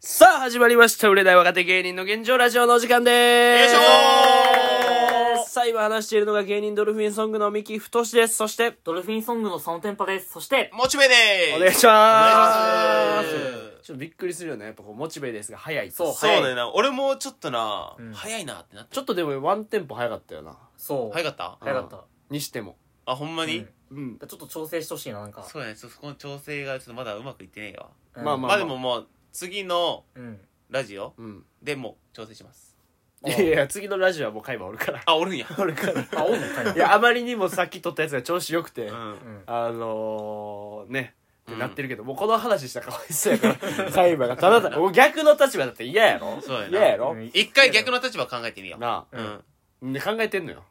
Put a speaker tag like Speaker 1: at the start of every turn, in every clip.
Speaker 1: 始まりました売れない若手芸人の現状ラジオのお時間です
Speaker 2: よいしょー
Speaker 1: さあ今話しているのが芸人ドルフィンソングの三木太志ですそして
Speaker 3: ドルフィンソングのそのテンパです。そして、
Speaker 2: モチベで
Speaker 1: お
Speaker 2: ー
Speaker 1: 願い
Speaker 2: す
Speaker 1: しま
Speaker 2: お願いします
Speaker 1: ちょっとびっくりするよねやっぱこうモチベですが早いって
Speaker 3: そう
Speaker 2: そう
Speaker 3: はい
Speaker 2: だよな、俺もちょっとな、
Speaker 3: ん
Speaker 2: 早いなってなっ
Speaker 1: ちょっとでもワンテンポ早かったよな
Speaker 3: そう。
Speaker 2: 早かった
Speaker 3: 早かった。
Speaker 1: にしても
Speaker 2: あほんまに、
Speaker 3: うん
Speaker 1: うん
Speaker 3: ちょっと調整してほしいな、なんか。
Speaker 2: そうやねそそこの調整がちょっとまだうまくいってねえわ
Speaker 3: うん
Speaker 1: まあ
Speaker 2: まあ、
Speaker 1: まあ
Speaker 2: でももう次の
Speaker 3: うん。
Speaker 2: ラジオ
Speaker 1: うん
Speaker 2: でもう調整します
Speaker 1: いやいや次のラジオはもう海馬おる から
Speaker 2: あおるんや、
Speaker 1: おるから
Speaker 3: あ、おんのかい
Speaker 1: いやあまりにもさっき撮ったやつが調子良くて、
Speaker 2: うん
Speaker 3: うん。
Speaker 1: あのー、ねって
Speaker 2: うん
Speaker 1: なってるけど、もうこの話したらかわいそうやから裁判がただただもう逆の立場だって嫌やろ
Speaker 2: そうやな
Speaker 1: 嫌やろ
Speaker 3: うん
Speaker 2: 一回逆の立場考えてみよう
Speaker 1: な
Speaker 2: うん、
Speaker 1: あ、ね、考えてんのよ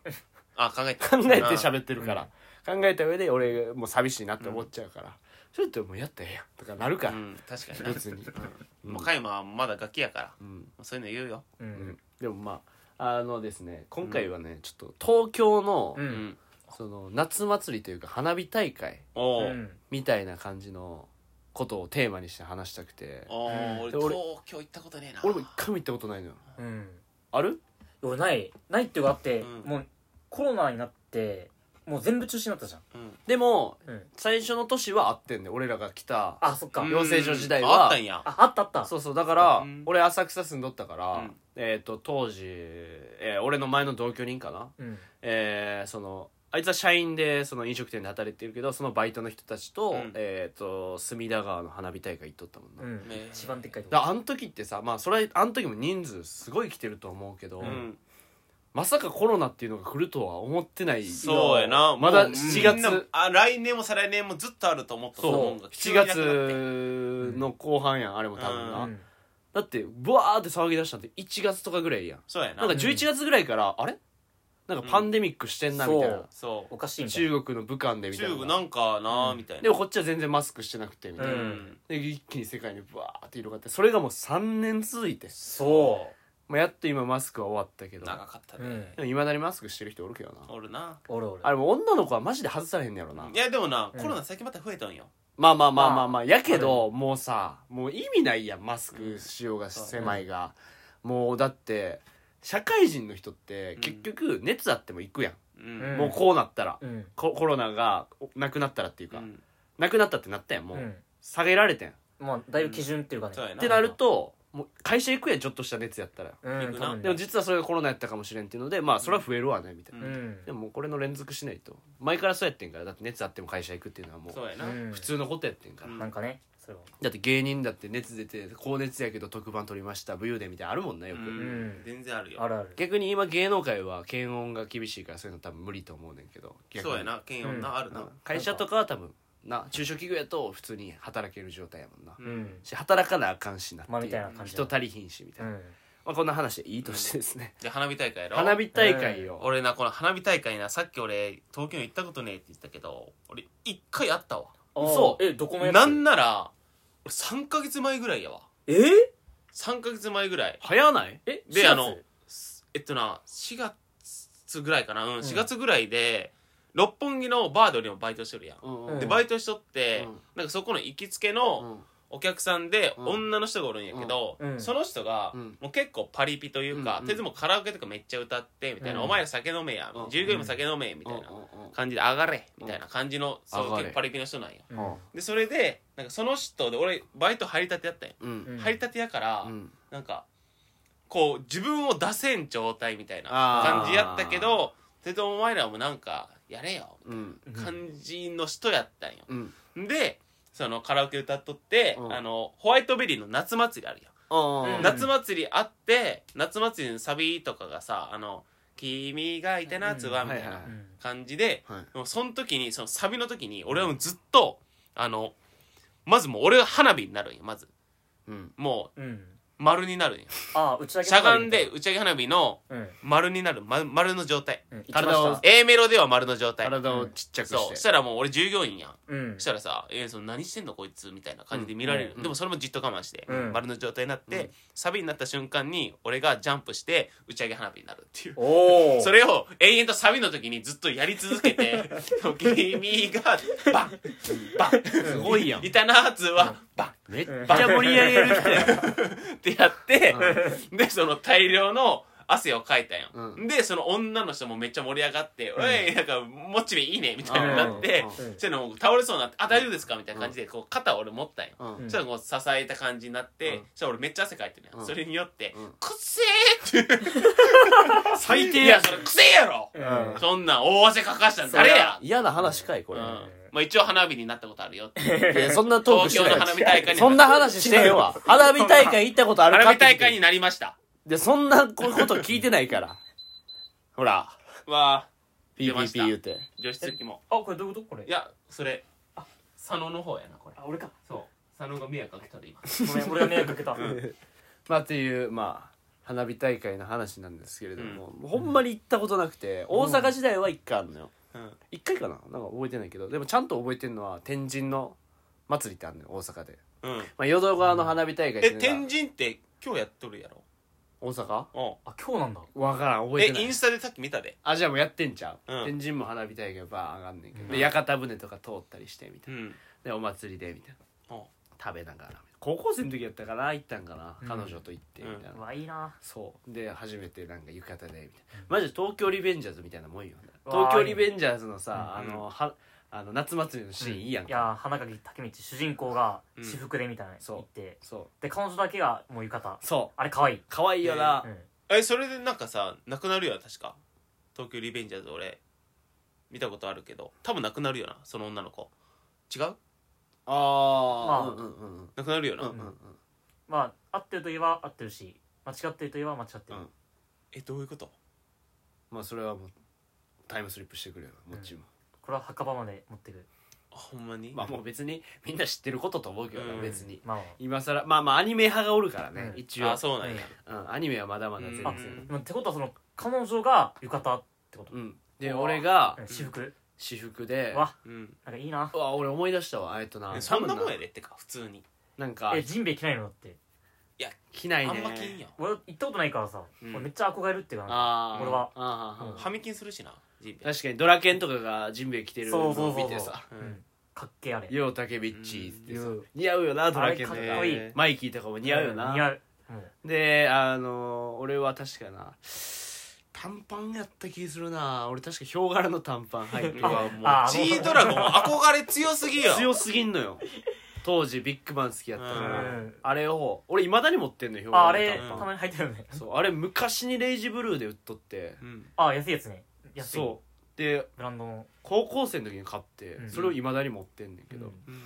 Speaker 2: あ考え て
Speaker 1: 考えて喋ってるから、考えた上で俺もう寂しいなって思っちゃうから、それってもうやったらええやんとかなる
Speaker 2: う
Speaker 1: から、
Speaker 2: ん確かにな
Speaker 1: 別に、
Speaker 2: もう加山はまだガキやから
Speaker 1: うん
Speaker 2: そういうの言うよ
Speaker 3: う
Speaker 1: うんん。でもまああのですね今回はね、ちょっと東京の,、
Speaker 3: う。
Speaker 2: うん
Speaker 1: その夏祭りというか花火大会
Speaker 2: おお、
Speaker 3: うん。
Speaker 1: みたいな感じのことをテーマにして話したくて
Speaker 2: おお、
Speaker 1: で
Speaker 2: 俺
Speaker 1: 俺
Speaker 2: 東京行ったことねえな
Speaker 1: 俺も一回も行ったことないのよ
Speaker 3: うん。
Speaker 1: ある
Speaker 3: 俺、ない。ないっていうかあって、
Speaker 2: うん
Speaker 3: もう、コロナになって、もう全部中止になったじゃん。
Speaker 2: うん
Speaker 1: でも
Speaker 3: うん。
Speaker 1: 最初の年はあってんで俺らが来た
Speaker 3: あ、そっか。
Speaker 2: うん
Speaker 1: 養成所時代は
Speaker 2: あったんや
Speaker 3: あ、あったあった。
Speaker 1: そうそうだから、
Speaker 2: うん
Speaker 1: 俺浅草住んどったから、
Speaker 2: うん
Speaker 1: えっ、と当時、えー俺の前の同居人かな
Speaker 3: うん。
Speaker 1: えーそのあいつは社員でその飲食店で働いてるけどそのバイトの人たちと,、
Speaker 2: うん
Speaker 1: えっ、と隅田川の花火大会行っとったもんな、
Speaker 3: う
Speaker 1: だか
Speaker 3: ん
Speaker 2: ね。
Speaker 3: 一番でっかいとこ。
Speaker 1: らあの時ってさまあそれはあの時も人数すごい来てると思うけど、
Speaker 2: うん
Speaker 1: まさかコロナっていうのが来るとは思ってない
Speaker 2: そうやな
Speaker 1: まだ
Speaker 2: もう
Speaker 1: 7月
Speaker 2: みんなあ来年も再来年もずっとあると思った
Speaker 1: そ
Speaker 2: もん
Speaker 1: う
Speaker 2: が
Speaker 1: 7
Speaker 2: 急になくなって
Speaker 1: 月の後半やんあれも多分な、
Speaker 3: うん。
Speaker 1: だってブワーって騒ぎ出したのって1月とかぐらいやん
Speaker 2: そうや
Speaker 1: な
Speaker 2: な
Speaker 1: んか11月ぐらいから、あれなんかパンデミックしてんな
Speaker 3: うん
Speaker 1: みたいな、
Speaker 3: そ
Speaker 2: そ
Speaker 3: おかしいみたいな。
Speaker 1: 中国の武漢で
Speaker 2: う
Speaker 1: みたい
Speaker 2: 中
Speaker 1: な
Speaker 2: 国なんかな
Speaker 3: うん
Speaker 2: みたい
Speaker 1: で
Speaker 2: な
Speaker 1: もこっちは全然マスクしてなくてみたいな、
Speaker 3: うん
Speaker 1: で一気に世界にブワーって広がってそれがもう3年続いて、
Speaker 3: そ
Speaker 1: まあ、やっと今マスクは終わったけど
Speaker 2: 長かった
Speaker 3: う。う
Speaker 2: ね
Speaker 3: ん。
Speaker 1: いまだにマスクしてる人おるけどな
Speaker 2: おるな
Speaker 3: おるおる
Speaker 1: あ。れも女の子はマジで外されへんねやろない
Speaker 2: やでもな
Speaker 3: うん
Speaker 2: コロナ最近また増えたんよ
Speaker 1: まあまあまあまあまあやけどもうさもう意味ないやんマスクしようが
Speaker 2: そう
Speaker 1: 狭いがもうだって社会人の人って
Speaker 2: うん
Speaker 1: 結局熱あっても行くやん、
Speaker 2: う
Speaker 3: うん
Speaker 2: ん
Speaker 1: もうこうなったら
Speaker 3: うん。
Speaker 1: ココロナがなくなったらっていう
Speaker 2: う
Speaker 1: か、
Speaker 2: ん
Speaker 1: なくなったってなったやんもう、
Speaker 3: うん。
Speaker 1: 下げられてんっ
Speaker 3: まあ、だいぶ基準っていうかね。
Speaker 2: そうやな
Speaker 1: てなるともう会社行くやんちょっとした熱やったら
Speaker 3: うん。多分
Speaker 1: でも実はそれがコロナやったかもしれんっていうのでまあそれは増えるわねみたいな、
Speaker 2: う
Speaker 3: うん。
Speaker 1: でももうこれの連続しないと前からそうやってんからだって熱あっても会社行くっていうのはも
Speaker 2: そう
Speaker 1: う
Speaker 2: やな
Speaker 3: うん
Speaker 1: 普通のことやってんから、
Speaker 2: うん
Speaker 3: なんかね、それは。
Speaker 1: だって芸人だって熱出て高熱やけど特番撮りました武勇伝みたいなのあるもんね
Speaker 2: う
Speaker 1: よく、
Speaker 2: ん全然ある
Speaker 3: あ
Speaker 2: よ
Speaker 3: るある。
Speaker 1: 逆に今芸能界は検温が厳しいからそういうの多分無理と思うねんけど逆に
Speaker 2: そうやな検温
Speaker 3: う
Speaker 2: なんある
Speaker 1: な
Speaker 2: な
Speaker 1: 会社とかは多分な中小企業やと普通に働ける状態やもんな、
Speaker 2: う
Speaker 3: うん。
Speaker 1: し働かなあかんしなって
Speaker 3: まあ、み
Speaker 1: い
Speaker 3: たいうな感じだ。
Speaker 1: 人足りひんしみたいな、
Speaker 3: うん。
Speaker 1: まあ、こんな話でいいとしてですね、
Speaker 2: で花火大会やろ
Speaker 1: 花火大会を、
Speaker 2: 俺なこの花火大会なさっき俺東京に行ったことねえって言ったけど俺一回あったわ
Speaker 1: 嘘
Speaker 3: え、どこのやつ
Speaker 2: なんなら俺3ヶ月前ぐらいやわ
Speaker 3: え
Speaker 2: 3ヶ月前ぐらい
Speaker 1: 早ない
Speaker 3: え4
Speaker 2: で
Speaker 3: 月
Speaker 2: あのえっとな4月ぐらいかなうん
Speaker 3: ん
Speaker 2: 4月ぐらいで六本木のバードリーもバイトしてるやん
Speaker 1: うん
Speaker 3: うん
Speaker 2: でバイトしとって、
Speaker 1: うん
Speaker 2: なんかそこの行きつけのお客さんで
Speaker 1: うん
Speaker 2: 女の人がおるんやけど、
Speaker 3: うん
Speaker 2: その人が
Speaker 1: うん
Speaker 2: もう結構パリピというか、
Speaker 1: うん
Speaker 2: 手でもカラオケとかめっちゃ歌ってみたいな、
Speaker 3: うん
Speaker 2: お前ら酒飲めや、
Speaker 1: うん
Speaker 2: 従業員も酒飲めみ
Speaker 1: み
Speaker 2: たいな感じで上がれみたいな感じの、そう
Speaker 1: 上がれ
Speaker 2: 結構パリピの人なんや
Speaker 3: う
Speaker 2: でそれでなんかその人で俺バイト入りたてやったんや、
Speaker 1: うんうん
Speaker 3: ん
Speaker 2: 入りたてやから、
Speaker 1: うん
Speaker 2: なんかこう自分を出せん状態みたいな
Speaker 1: あー
Speaker 2: 感じやったけどそれとお前らもなんかやれよ
Speaker 1: うん
Speaker 3: うん
Speaker 2: 感じの人やったんよ、
Speaker 1: うん
Speaker 2: でそのカラオケ歌っとって、
Speaker 1: うん
Speaker 2: あのホワイトベリーの夏祭りあるやん、
Speaker 1: うん
Speaker 2: 夏祭りあって夏祭りのサビとかがさ「あの君がいて夏は」
Speaker 1: うん
Speaker 2: みたい
Speaker 1: はいは
Speaker 2: ない
Speaker 3: うん
Speaker 2: 感じで、
Speaker 1: はい
Speaker 2: でもその時にそのサビの時に俺はもうずっとあのまずもう俺が花火になるんよまず
Speaker 1: うん
Speaker 2: も
Speaker 3: うん。
Speaker 2: う丸になるんよ
Speaker 3: あ、打ち上げ
Speaker 2: しゃがんで打ち上げ花火の
Speaker 3: うん。
Speaker 2: 丸になる、ま、丸の状態
Speaker 3: うん。
Speaker 1: 体
Speaker 3: 行きま
Speaker 1: を
Speaker 3: した
Speaker 2: A メロでは丸の状態
Speaker 1: 体をちっちゃく
Speaker 2: そうし
Speaker 1: して
Speaker 2: たらもう俺従業員やん
Speaker 3: うん
Speaker 2: そし。たらさ「えー、その何してんのこいつ」みたいな感じで見られる、
Speaker 1: うん
Speaker 2: でもそれもじっと我慢して、
Speaker 3: うん
Speaker 2: 丸の状態になって、
Speaker 1: うん
Speaker 2: サビになった瞬間に俺がジャンプして打ち上げ花火になるっていう
Speaker 3: おお。
Speaker 2: そ
Speaker 3: れ。
Speaker 2: れを永遠とサビの時にずっとやり続け て君がバンバン
Speaker 1: すごいやん
Speaker 2: いたなーつは、バ
Speaker 1: めっちゃ盛り上げる人や
Speaker 2: ン ってやって、でその大量の汗をかいたんよ、
Speaker 1: う
Speaker 2: でその女の人もめっちゃ盛り上がって「おいなんかもっちびいいね」みたいになって、
Speaker 1: うん
Speaker 2: その倒れそうになって「あ大丈夫ですか?」みたいな感じでこう肩を俺持ったんよ、
Speaker 1: うんうん
Speaker 2: そしたらこう支えた感じになって、
Speaker 1: うん
Speaker 2: そしたら俺めっちゃ汗かいてるやん、
Speaker 1: うん
Speaker 2: それによって
Speaker 1: うん
Speaker 2: 「くっせー!」って
Speaker 1: 最低
Speaker 2: いやそれくせえやろ
Speaker 1: ん
Speaker 2: そんなん大汗かかしたの誰や
Speaker 1: 嫌な話かいこ
Speaker 2: うん
Speaker 1: れ、
Speaker 2: まあ一応花火になったことあるよって
Speaker 1: いやそんなトークし
Speaker 2: 東京
Speaker 1: て
Speaker 2: の
Speaker 1: な
Speaker 2: 花
Speaker 1: い
Speaker 2: 火大会に
Speaker 1: そんな話してへんわ花火大会行ったことあるか
Speaker 2: 花火
Speaker 1: って聞い
Speaker 2: 大
Speaker 1: てる
Speaker 2: 会になりました
Speaker 1: でそんなこと聞いてない からほら
Speaker 2: わあ
Speaker 1: ピーピーピー言うて
Speaker 2: 除湿機も
Speaker 4: あこれどういうことこれ
Speaker 2: いやそれ佐野の方やなこれ
Speaker 4: あ俺か
Speaker 2: そう佐野が迷惑かけたで今
Speaker 4: ごめん俺が迷惑かけた
Speaker 1: まあっていうまあ花火大会の話なんですけれども、ほんまに行ったことなくて、大阪時代は1回あるのよ
Speaker 2: うん
Speaker 1: 1回かななんか覚えてないけどでもちゃんと覚えてるのは天神の祭りってあるのよ大阪で、
Speaker 2: うん
Speaker 1: まあ、淀川の花火大会ってい
Speaker 2: え
Speaker 1: うのが
Speaker 2: 天神って今日やっとるやろ
Speaker 1: 大阪
Speaker 2: う
Speaker 4: あ今日なんだ
Speaker 1: わからん
Speaker 2: ん
Speaker 1: 覚
Speaker 2: え
Speaker 1: えてない
Speaker 2: インスタでさっき見たで
Speaker 1: あじゃあもうやってんちゃう、
Speaker 2: うん
Speaker 1: 天神も花火大会バーン上がんねんけど、
Speaker 4: うん
Speaker 1: で屋形船とか通ったりしてみたい
Speaker 2: うん
Speaker 1: なでお祭りでみたいな、
Speaker 2: うん
Speaker 1: 食べながら高校生の時やったかな行ったんかな、
Speaker 4: うん
Speaker 1: 彼女と行ってみたいな、
Speaker 4: うわいいな
Speaker 1: そうで初めてなんか浴衣でみたいなマジで東京リベンジャーズみたいなもんよ
Speaker 4: うわー
Speaker 1: 東京リベンジャーズのさあ
Speaker 2: いいね
Speaker 1: のはあの夏祭りのシーンいいやん
Speaker 4: い
Speaker 1: か、
Speaker 4: やー花垣竹道主人公が
Speaker 2: うん
Speaker 4: 私服でみたいな
Speaker 1: そう
Speaker 4: 行って
Speaker 1: そう
Speaker 4: で彼女だけがもう浴衣
Speaker 1: そう
Speaker 4: あれ可愛い
Speaker 1: 可愛いよな、
Speaker 4: うん
Speaker 2: えそれでなんかさなくなるよな確か東京リベンジャーズ俺見たことあるけど多分なくなるよなその女の子違う
Speaker 1: ああ、
Speaker 4: まあ
Speaker 1: うんうんうん
Speaker 2: なくなるよな、
Speaker 1: うんうんうん
Speaker 4: まあ合ってるといえば合ってるし間違ってるといえば間違ってる
Speaker 1: うん
Speaker 2: えどういうこと
Speaker 1: まあそれはもうタイムスリップしてくれよもっちも、
Speaker 4: これは墓場まで持ってく
Speaker 2: あほんまに、
Speaker 1: まあもう別にみんな知ってることと思うけどな、
Speaker 2: うん
Speaker 1: 別に
Speaker 4: まあま
Speaker 1: 今更まあまあアニメ派がおるからね、
Speaker 4: うん
Speaker 1: 一応
Speaker 2: あそう
Speaker 4: あ
Speaker 2: なんや、
Speaker 1: うん、アニメはまだまだ全然
Speaker 2: うん
Speaker 4: うんってことはその彼女が浴衣ってこと
Speaker 1: うん、で俺が
Speaker 4: うん私服
Speaker 1: 私服で
Speaker 4: わ
Speaker 2: うん
Speaker 4: なんかいいな
Speaker 1: うわ俺思い出したわえっとな
Speaker 2: えそんな
Speaker 1: 多分
Speaker 2: もんやでってか普通に
Speaker 1: なんか
Speaker 4: えジンベエ着ないのだって
Speaker 1: 着ないね
Speaker 2: あんま金やん
Speaker 4: 俺行ったことないからさ
Speaker 2: うん
Speaker 4: 俺めっちゃ憧れるっていうか
Speaker 1: あー
Speaker 4: 俺は
Speaker 1: あーあーあー
Speaker 2: はみ金するしなジンベエ
Speaker 1: 確かにドラケンとかがジンベエ着てるの
Speaker 4: そうそう
Speaker 1: を
Speaker 4: そ
Speaker 1: 見
Speaker 4: う
Speaker 1: てさ
Speaker 2: う
Speaker 4: うんんかっけえあれ
Speaker 1: 「ようタケビッチ」ってさ
Speaker 4: うん
Speaker 1: 似合うよなドラケンと
Speaker 4: あ
Speaker 1: か
Speaker 4: れかっこいい
Speaker 2: え
Speaker 1: マイキーとかも似合うよ
Speaker 4: ん似合
Speaker 1: な
Speaker 4: ううん
Speaker 1: であのー俺は確かな短パンやった気するな俺確かヒョウ柄の短パン入って
Speaker 2: ー
Speaker 1: る
Speaker 2: うわ
Speaker 4: あ
Speaker 2: もう
Speaker 4: ー
Speaker 2: G ドラゴン憧れ強すぎよ
Speaker 1: 強すぎんのよ当時ビッグバン好きやったか
Speaker 4: う
Speaker 1: ら
Speaker 4: ん
Speaker 1: あれを俺いまだに持ってんのよヒョウ
Speaker 4: ああ
Speaker 1: 柄の
Speaker 4: れ
Speaker 1: 短
Speaker 4: た
Speaker 1: パン
Speaker 4: まに履いてるよね
Speaker 1: そうあれ昔にレイジブルーで売っとって
Speaker 2: うん
Speaker 4: ああ安いやつね安い
Speaker 1: そうで
Speaker 4: ブランドの
Speaker 1: 高校生の時に買って
Speaker 4: うん
Speaker 1: それをいまだに持ってんねんけど、
Speaker 4: うん
Speaker 2: うん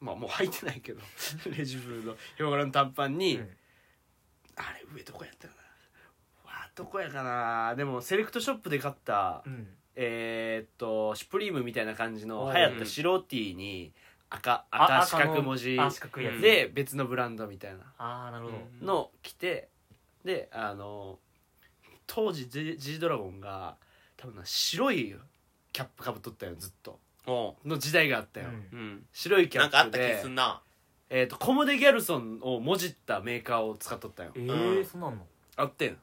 Speaker 1: まあもう履いてないけど レジブルのヒョウ柄の短パンに、
Speaker 4: うん
Speaker 1: あれ上どこやったかなわあどこやかなでもセレクトショップで買った、
Speaker 4: うん
Speaker 1: えーっとシュプリームみたいな感じの
Speaker 4: うん
Speaker 1: 流行った白 T に赤
Speaker 4: あ
Speaker 1: 赤四
Speaker 4: 赤の
Speaker 1: 角文字
Speaker 4: あ四角いやつ
Speaker 1: で別のブランドみたいな
Speaker 4: ああなるほど
Speaker 2: うん
Speaker 1: の着てであの当時 G, G ドラゴンが多分な白いキャップかぶっとったよずっと
Speaker 2: お
Speaker 1: の時代があったよ、
Speaker 4: うん
Speaker 2: ううん
Speaker 1: 白いキャ
Speaker 2: な
Speaker 1: ップ
Speaker 2: ん
Speaker 1: で
Speaker 2: かあった気すんな
Speaker 1: えー、とコムデ・ギャルソンをもじったメーカーを使っとったよ
Speaker 4: え
Speaker 2: う
Speaker 4: ー
Speaker 2: ん
Speaker 4: そんなんあんの
Speaker 1: あってん
Speaker 2: うん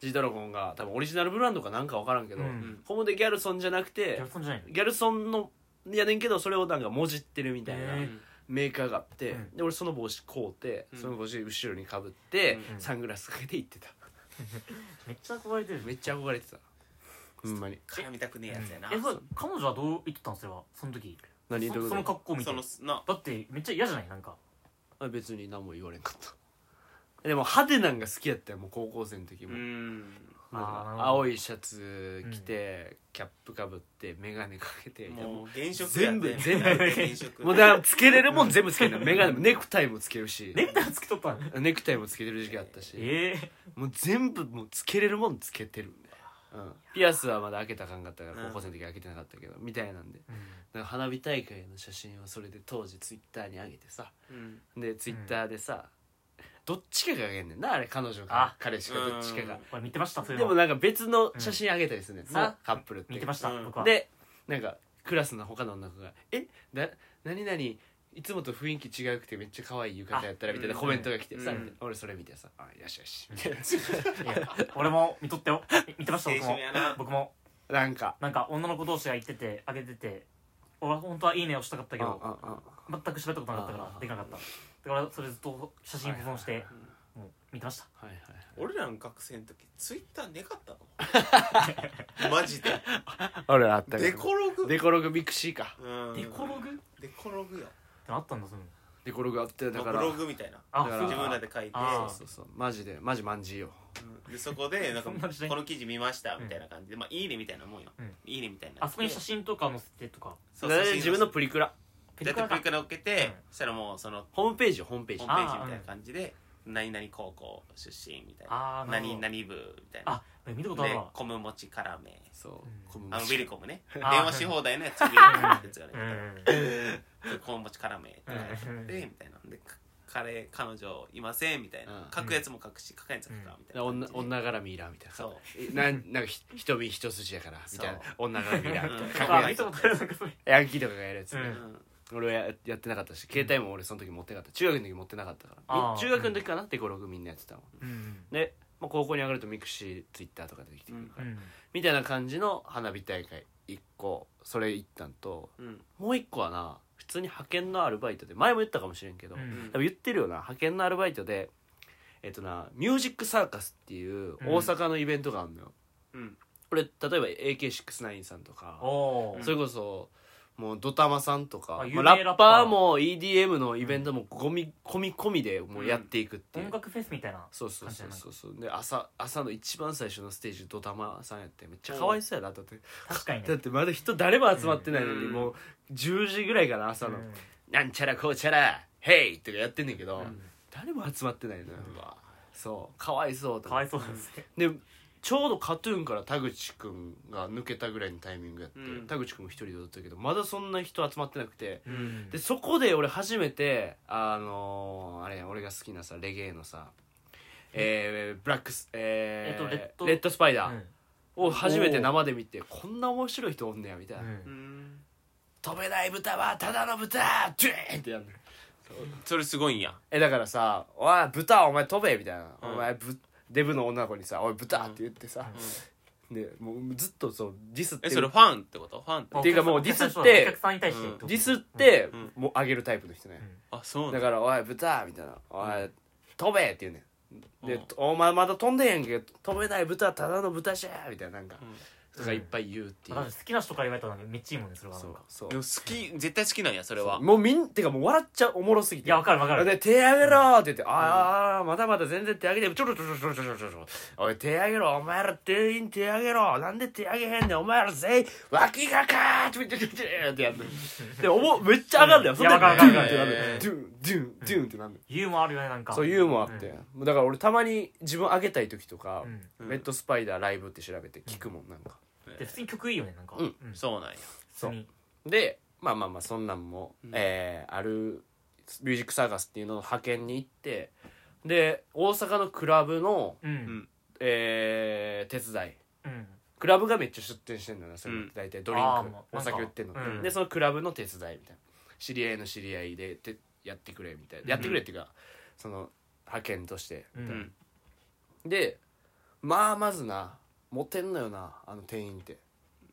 Speaker 1: G ドラゴンが多分オリジナルブランドかなんか分からんけど、
Speaker 4: うん
Speaker 1: コムデ・ギャルソンじゃなく
Speaker 4: ギ
Speaker 1: て
Speaker 4: ャルソンじゃないの
Speaker 1: ギャルソンのやねんけどそれをなんかもじってるみたい
Speaker 2: うん
Speaker 1: な
Speaker 4: へ
Speaker 1: メーカーがあって、
Speaker 4: うん
Speaker 1: で俺その帽子買うて、
Speaker 2: うん
Speaker 1: その帽子後ろにかぶって、
Speaker 4: うん
Speaker 1: サングラスかけて行ってた
Speaker 4: めっちゃ憧れてる
Speaker 1: めっちゃ憧れてたほんまに
Speaker 2: 絡みたくねえやつやな
Speaker 4: えそれ彼女はどう言ってたんそれはその時
Speaker 1: 何どうい
Speaker 4: そうその
Speaker 1: こ
Speaker 4: 格好見て
Speaker 2: そのな
Speaker 4: だってめっちゃ嫌じゃないなんか
Speaker 1: とあ別に何も言われんかったでも派手なんが好きやったよもう高校生の時
Speaker 2: う
Speaker 1: も、
Speaker 2: ん
Speaker 1: なん
Speaker 4: あーなるほ
Speaker 1: か
Speaker 4: ど
Speaker 1: 青いシャツ着て、キャップかぶって眼鏡かけてみたいなも
Speaker 2: もう現職や
Speaker 1: 全部
Speaker 2: で
Speaker 1: 全部
Speaker 2: 現職
Speaker 1: うだからつけれるもん全部つけるの眼鏡もネクタイもつけるし
Speaker 4: ネクタイつけとったん
Speaker 1: ネクタイもつけてる時期あったし
Speaker 4: ええ
Speaker 1: もう全部もうつけれるもんつけてるね、うん、ピアスはまだ開けたかんかったか
Speaker 2: う
Speaker 1: ら
Speaker 2: ん
Speaker 1: 高校生の時開けてなかったけどみたいなんでだから花火大会の写真はそれで当時ツイッターに上げてさ
Speaker 2: うん
Speaker 1: でツイッターでさ、どっちかが上げんねんなあれ彼女か
Speaker 4: あ
Speaker 1: 彼氏かどっちかが
Speaker 4: これ見てましたそうい
Speaker 1: で
Speaker 4: う
Speaker 1: も
Speaker 4: の
Speaker 1: なんか別の写真あげたりするねんな、
Speaker 4: うん
Speaker 1: カップルって
Speaker 4: 見てました
Speaker 2: うん
Speaker 4: 僕は
Speaker 1: でなんかクラスの他の女の子が「えな何々いつもと雰囲気違うくてめっちゃ可愛い浴衣やったら」みたいな
Speaker 2: あ
Speaker 1: コメントが来てさ、
Speaker 2: うん
Speaker 1: みたいな俺それ見てさ「あよしよし」
Speaker 4: いや俺も見とったよ見てました
Speaker 2: 青
Speaker 4: 僕も
Speaker 2: 春やな
Speaker 4: 僕も
Speaker 1: なんか
Speaker 4: なんか女の子同士が行っててあげてて俺は本当はいいねをしたかったけ
Speaker 1: あ
Speaker 4: ど
Speaker 1: ああ
Speaker 4: 全く喋ったことなかったか
Speaker 1: あ
Speaker 4: らできなかっただからそれずっと写真保存して、
Speaker 1: い
Speaker 4: もう見てました
Speaker 1: はいはい
Speaker 2: 俺らの学生の時ツイッターなか ったのマジで
Speaker 1: 俺らあった
Speaker 2: デコログ
Speaker 1: デコログミクシーか
Speaker 2: うん
Speaker 4: デコログって
Speaker 2: デコログよ
Speaker 4: あったんだその
Speaker 1: デコログあってだ
Speaker 2: ま
Speaker 1: か
Speaker 2: あ
Speaker 1: ら
Speaker 2: ブ
Speaker 1: そ
Speaker 2: ロ
Speaker 1: う
Speaker 2: グみたいな
Speaker 1: だ
Speaker 4: あ
Speaker 1: から
Speaker 4: そう
Speaker 2: 自分ら
Speaker 4: か
Speaker 2: で書いて
Speaker 4: あ
Speaker 1: そうそうマジでマジマンジーよ
Speaker 2: うんでそこでなんか
Speaker 4: そんな時代
Speaker 2: この記事見ましたみたいな感じでまあいいねみたいなもんよ
Speaker 4: うん
Speaker 2: いいねみたいな
Speaker 4: あそこに写真とか載せてとか
Speaker 2: そう
Speaker 1: だ
Speaker 2: 写
Speaker 1: いたい
Speaker 2: 真
Speaker 1: 自分のプリクラ
Speaker 4: ペ
Speaker 2: だ
Speaker 4: リ
Speaker 2: っ
Speaker 4: ク
Speaker 2: て
Speaker 4: ラ
Speaker 2: プ
Speaker 4: か
Speaker 2: リクラ送って
Speaker 4: う
Speaker 2: そしたらもうその
Speaker 1: ホームページよホームペー
Speaker 2: ホー
Speaker 1: ジ
Speaker 2: ムページみたいな感じで何々高校出身みたいな
Speaker 4: あーなるほ
Speaker 2: 何
Speaker 4: ど
Speaker 2: 々部みたいな
Speaker 4: あ見たことある
Speaker 2: で
Speaker 4: わ
Speaker 2: コムもちからめ
Speaker 1: そう
Speaker 4: うん
Speaker 2: あのウィルコムね電
Speaker 4: あー
Speaker 2: 話し放題のやつウィルコムってやつがね
Speaker 4: うん
Speaker 2: コーン餅辛めとかやってみたいなんでか彼彼女いませんみたいな
Speaker 1: うん
Speaker 2: 書くやつも書くし書かんやつも書くかみたいな
Speaker 1: 女
Speaker 2: 感じで
Speaker 1: 女絡みいらんみたいな
Speaker 2: そう
Speaker 1: えなんなんかひ瞳一筋やからみたいな女絡みいらん
Speaker 2: うん
Speaker 1: かっこ
Speaker 4: あ
Speaker 1: いいや
Speaker 4: 見
Speaker 1: つ
Speaker 4: たことあるなんかそれ
Speaker 1: ヤンキーとかがやるやつね、
Speaker 4: うん
Speaker 1: 俺はややってなかったし携帯も俺その時持ってなかった中学の時持ってなかったから
Speaker 4: あー
Speaker 1: み中学の時かな、デコログみんなやってたもん
Speaker 4: うん
Speaker 1: で、まあ、高校に上がるとミクシーツイッターとか出てきてくるか
Speaker 4: う
Speaker 1: ら、
Speaker 4: ん
Speaker 1: みたいな感じの花火大会1個それ一旦と
Speaker 2: うんうん
Speaker 1: もう1個はな普通に派遣のアルバイトで前も言ったかもしれんけど、
Speaker 4: うん
Speaker 1: 多分言ってるよな派遣のアルバイトでえっとなミュージックサーカスっていう大阪のイベントがあるのよ、
Speaker 2: うん
Speaker 1: 俺例えば AK69 さんとか
Speaker 4: おー
Speaker 1: それこそもうドタマさんとか、
Speaker 4: あ有
Speaker 1: ま
Speaker 4: 名
Speaker 1: あラ
Speaker 4: ラ
Speaker 1: ッ
Speaker 4: ッパー
Speaker 1: パーも EDM のイベントもゴミ、込み込みでもうやっていくっていう、
Speaker 4: 音楽フェスみたいな
Speaker 1: そうそうそうそうそうで朝朝の一番最初のステージドタマさんやってめっちゃかわいそうやなだって
Speaker 4: 確かにね
Speaker 1: だってまだ人誰も集まってないのに、
Speaker 2: うん
Speaker 1: もう10時ぐらいかな朝の「
Speaker 4: うん
Speaker 1: なんちゃらこうちゃらヘイ!」とかやってんねんけど、
Speaker 4: うん
Speaker 1: 誰も集まってないのよ、そうかわいそうと
Speaker 4: かわいそうなんですね
Speaker 1: でちょうどカトゥーンから田口くんが抜けたぐらいのタイミングやって、
Speaker 2: うん
Speaker 1: 田口くんも一人で踊ってるけどまだそんな人集まってなくて、
Speaker 4: うん
Speaker 1: でそこで俺初めてあのーあれ俺が好きなさレゲエのさえー、ブラックスえー
Speaker 4: えっとレッド
Speaker 1: スパイ
Speaker 4: う
Speaker 1: ダー
Speaker 4: ん
Speaker 1: を初めて生で見てこんな面白い人おんねやみたいな、
Speaker 4: うん
Speaker 2: うん
Speaker 1: 飛べない豚はただの豚ドゥーンってやる
Speaker 2: それすごいんや
Speaker 1: えだからさ「おい豚お前飛べ」みたいな、
Speaker 2: うん
Speaker 1: お前ぶデブの女の子にさ「おい豚」って言ってさ、でもうずっとそうディスって
Speaker 2: えそれファンってことファンって
Speaker 1: あっていうかもうディスって
Speaker 4: お客さんお客さんに対して
Speaker 1: ディスって、
Speaker 2: うん
Speaker 1: もう上げるタイプの人ね、
Speaker 2: あそうな
Speaker 1: だ
Speaker 2: ん
Speaker 1: から「おい豚」みたいな「おい、飛べ」って言うねんで、
Speaker 2: うん
Speaker 1: お前まだ飛んでへんけど飛べない豚ただの豚じゃ」みたいななんか、
Speaker 4: うん
Speaker 1: とかいっぱい言うっていう、
Speaker 4: まあだって好きな人から言われたらめっちゃいいもんねそれはな
Speaker 1: そ
Speaker 4: ん
Speaker 1: う
Speaker 4: か
Speaker 1: そう
Speaker 2: でも好き絶対好きなんやそれは
Speaker 1: もうみんてかもう笑っちゃうおもろすぎて
Speaker 4: いやわかるわかる
Speaker 1: で手上げろって言って、あーあーまだまだ全然手上げてちょろちょろちょろちょろちょろおい手上げろお前ら店員手上げろなんで手上げへんねんお前ら全員脇がかーってってってやるでおもめっちゃ上がるんだよ
Speaker 4: い
Speaker 1: そ
Speaker 4: や
Speaker 1: れ
Speaker 4: わ
Speaker 1: でド
Speaker 4: か
Speaker 1: ゥ
Speaker 4: るわ
Speaker 1: ン
Speaker 4: かる
Speaker 1: ってなる
Speaker 2: えー
Speaker 1: ドゥンドゥンドゥンってなる
Speaker 4: ユーモアあるよねなんか
Speaker 1: そうユーモアあって
Speaker 4: ん
Speaker 1: だから俺たまに自分上げたい時とか
Speaker 4: う
Speaker 1: 「
Speaker 4: ん
Speaker 1: レッドスパイダーライブ」って調べて聞くもんなんか
Speaker 4: で普通に曲いいよねなんか
Speaker 1: うん
Speaker 4: 普
Speaker 2: そうなんや
Speaker 4: 通に
Speaker 1: でまあまあまあそんなんも、
Speaker 2: うん
Speaker 1: えーあるミュージックサーカスっていうのの派遣に行ってで大阪のクラブの、
Speaker 4: うん
Speaker 2: ん
Speaker 1: えー手伝い
Speaker 4: うん
Speaker 1: クラブがめっちゃ出店してんだよなそれ、
Speaker 2: うん
Speaker 1: 大体ドリン
Speaker 4: あーま
Speaker 1: ク
Speaker 4: あ
Speaker 1: お酒売ってんの
Speaker 4: なんかうん
Speaker 1: でそのクラブの手伝いみたいな知り合いの知り合いでてやってくれみたいなやってくれっていうか、その派遣として
Speaker 4: う
Speaker 2: うんん
Speaker 1: でまあまずなモテんのよなあの店員って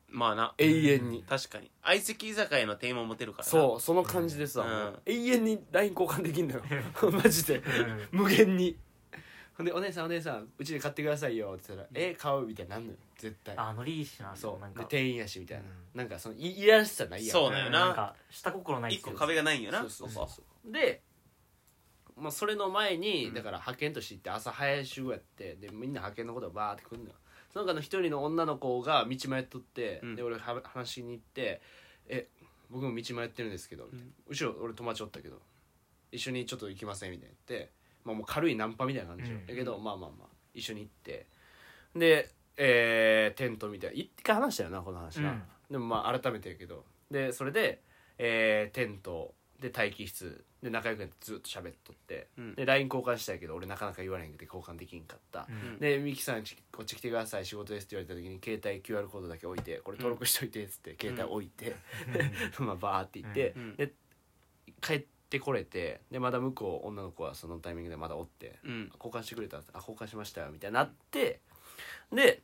Speaker 2: まあな
Speaker 1: 永遠に、
Speaker 2: 確かに相席居酒屋の店員も持てるからな
Speaker 1: そうその感じでさ、
Speaker 2: うん
Speaker 1: もう永遠に LINE 交換できんのよマジで無限にほんで「お姉さんお姉さんうちで買ってくださいよ」って言ったら「え買う?」みたいになんのよ絶対
Speaker 4: あノリいいしな
Speaker 1: そ
Speaker 4: なん
Speaker 1: う
Speaker 4: か
Speaker 1: で店員やしみたいな、
Speaker 4: うん
Speaker 1: なんかそのいいやらしさないやん
Speaker 2: そう
Speaker 4: うん
Speaker 2: だよな
Speaker 4: なんか下心ないっ
Speaker 2: 一
Speaker 4: す
Speaker 2: 個
Speaker 4: よ
Speaker 2: 壁がないんよな
Speaker 1: そうそうそうそうで、まあ、それの前に、
Speaker 2: うん
Speaker 1: だから派遣として行って朝早い集合やってでみんな派遣のことがバーって来るのよその中の一人の女の子が道迷っとって、
Speaker 2: うん
Speaker 1: で俺は話しに行って「え僕も道迷ってるんですけど」みたいな後ろ俺友達おったけど一緒にちょっと行きません」みたいな言って、まあ、もう軽いナンパみたいな感じよ、
Speaker 4: うん
Speaker 1: だけどまあまあまあ一緒に行ってでえーテントみたいな一回話したよなこの話な、
Speaker 4: うん
Speaker 1: でもまあ改めてやけどでそれで、えーテントで待機室で仲良くなってずっと喋っとって、
Speaker 2: うん
Speaker 1: で LINE 交換したいけど俺なかなか言われへんくて交換できんかった、
Speaker 4: うん
Speaker 1: で「ミキさんちこっち来てください仕事です」って言われた時に携帯 QR コードだけ置いて「これ登録しといて」っつって、携帯置いて、まあバーって行って、
Speaker 2: うん
Speaker 1: で帰ってこれてでまだ向こう女の子はそのタイミングでまだおって、
Speaker 2: うん
Speaker 1: 交換してくれたあ交換しましたよみたいになってで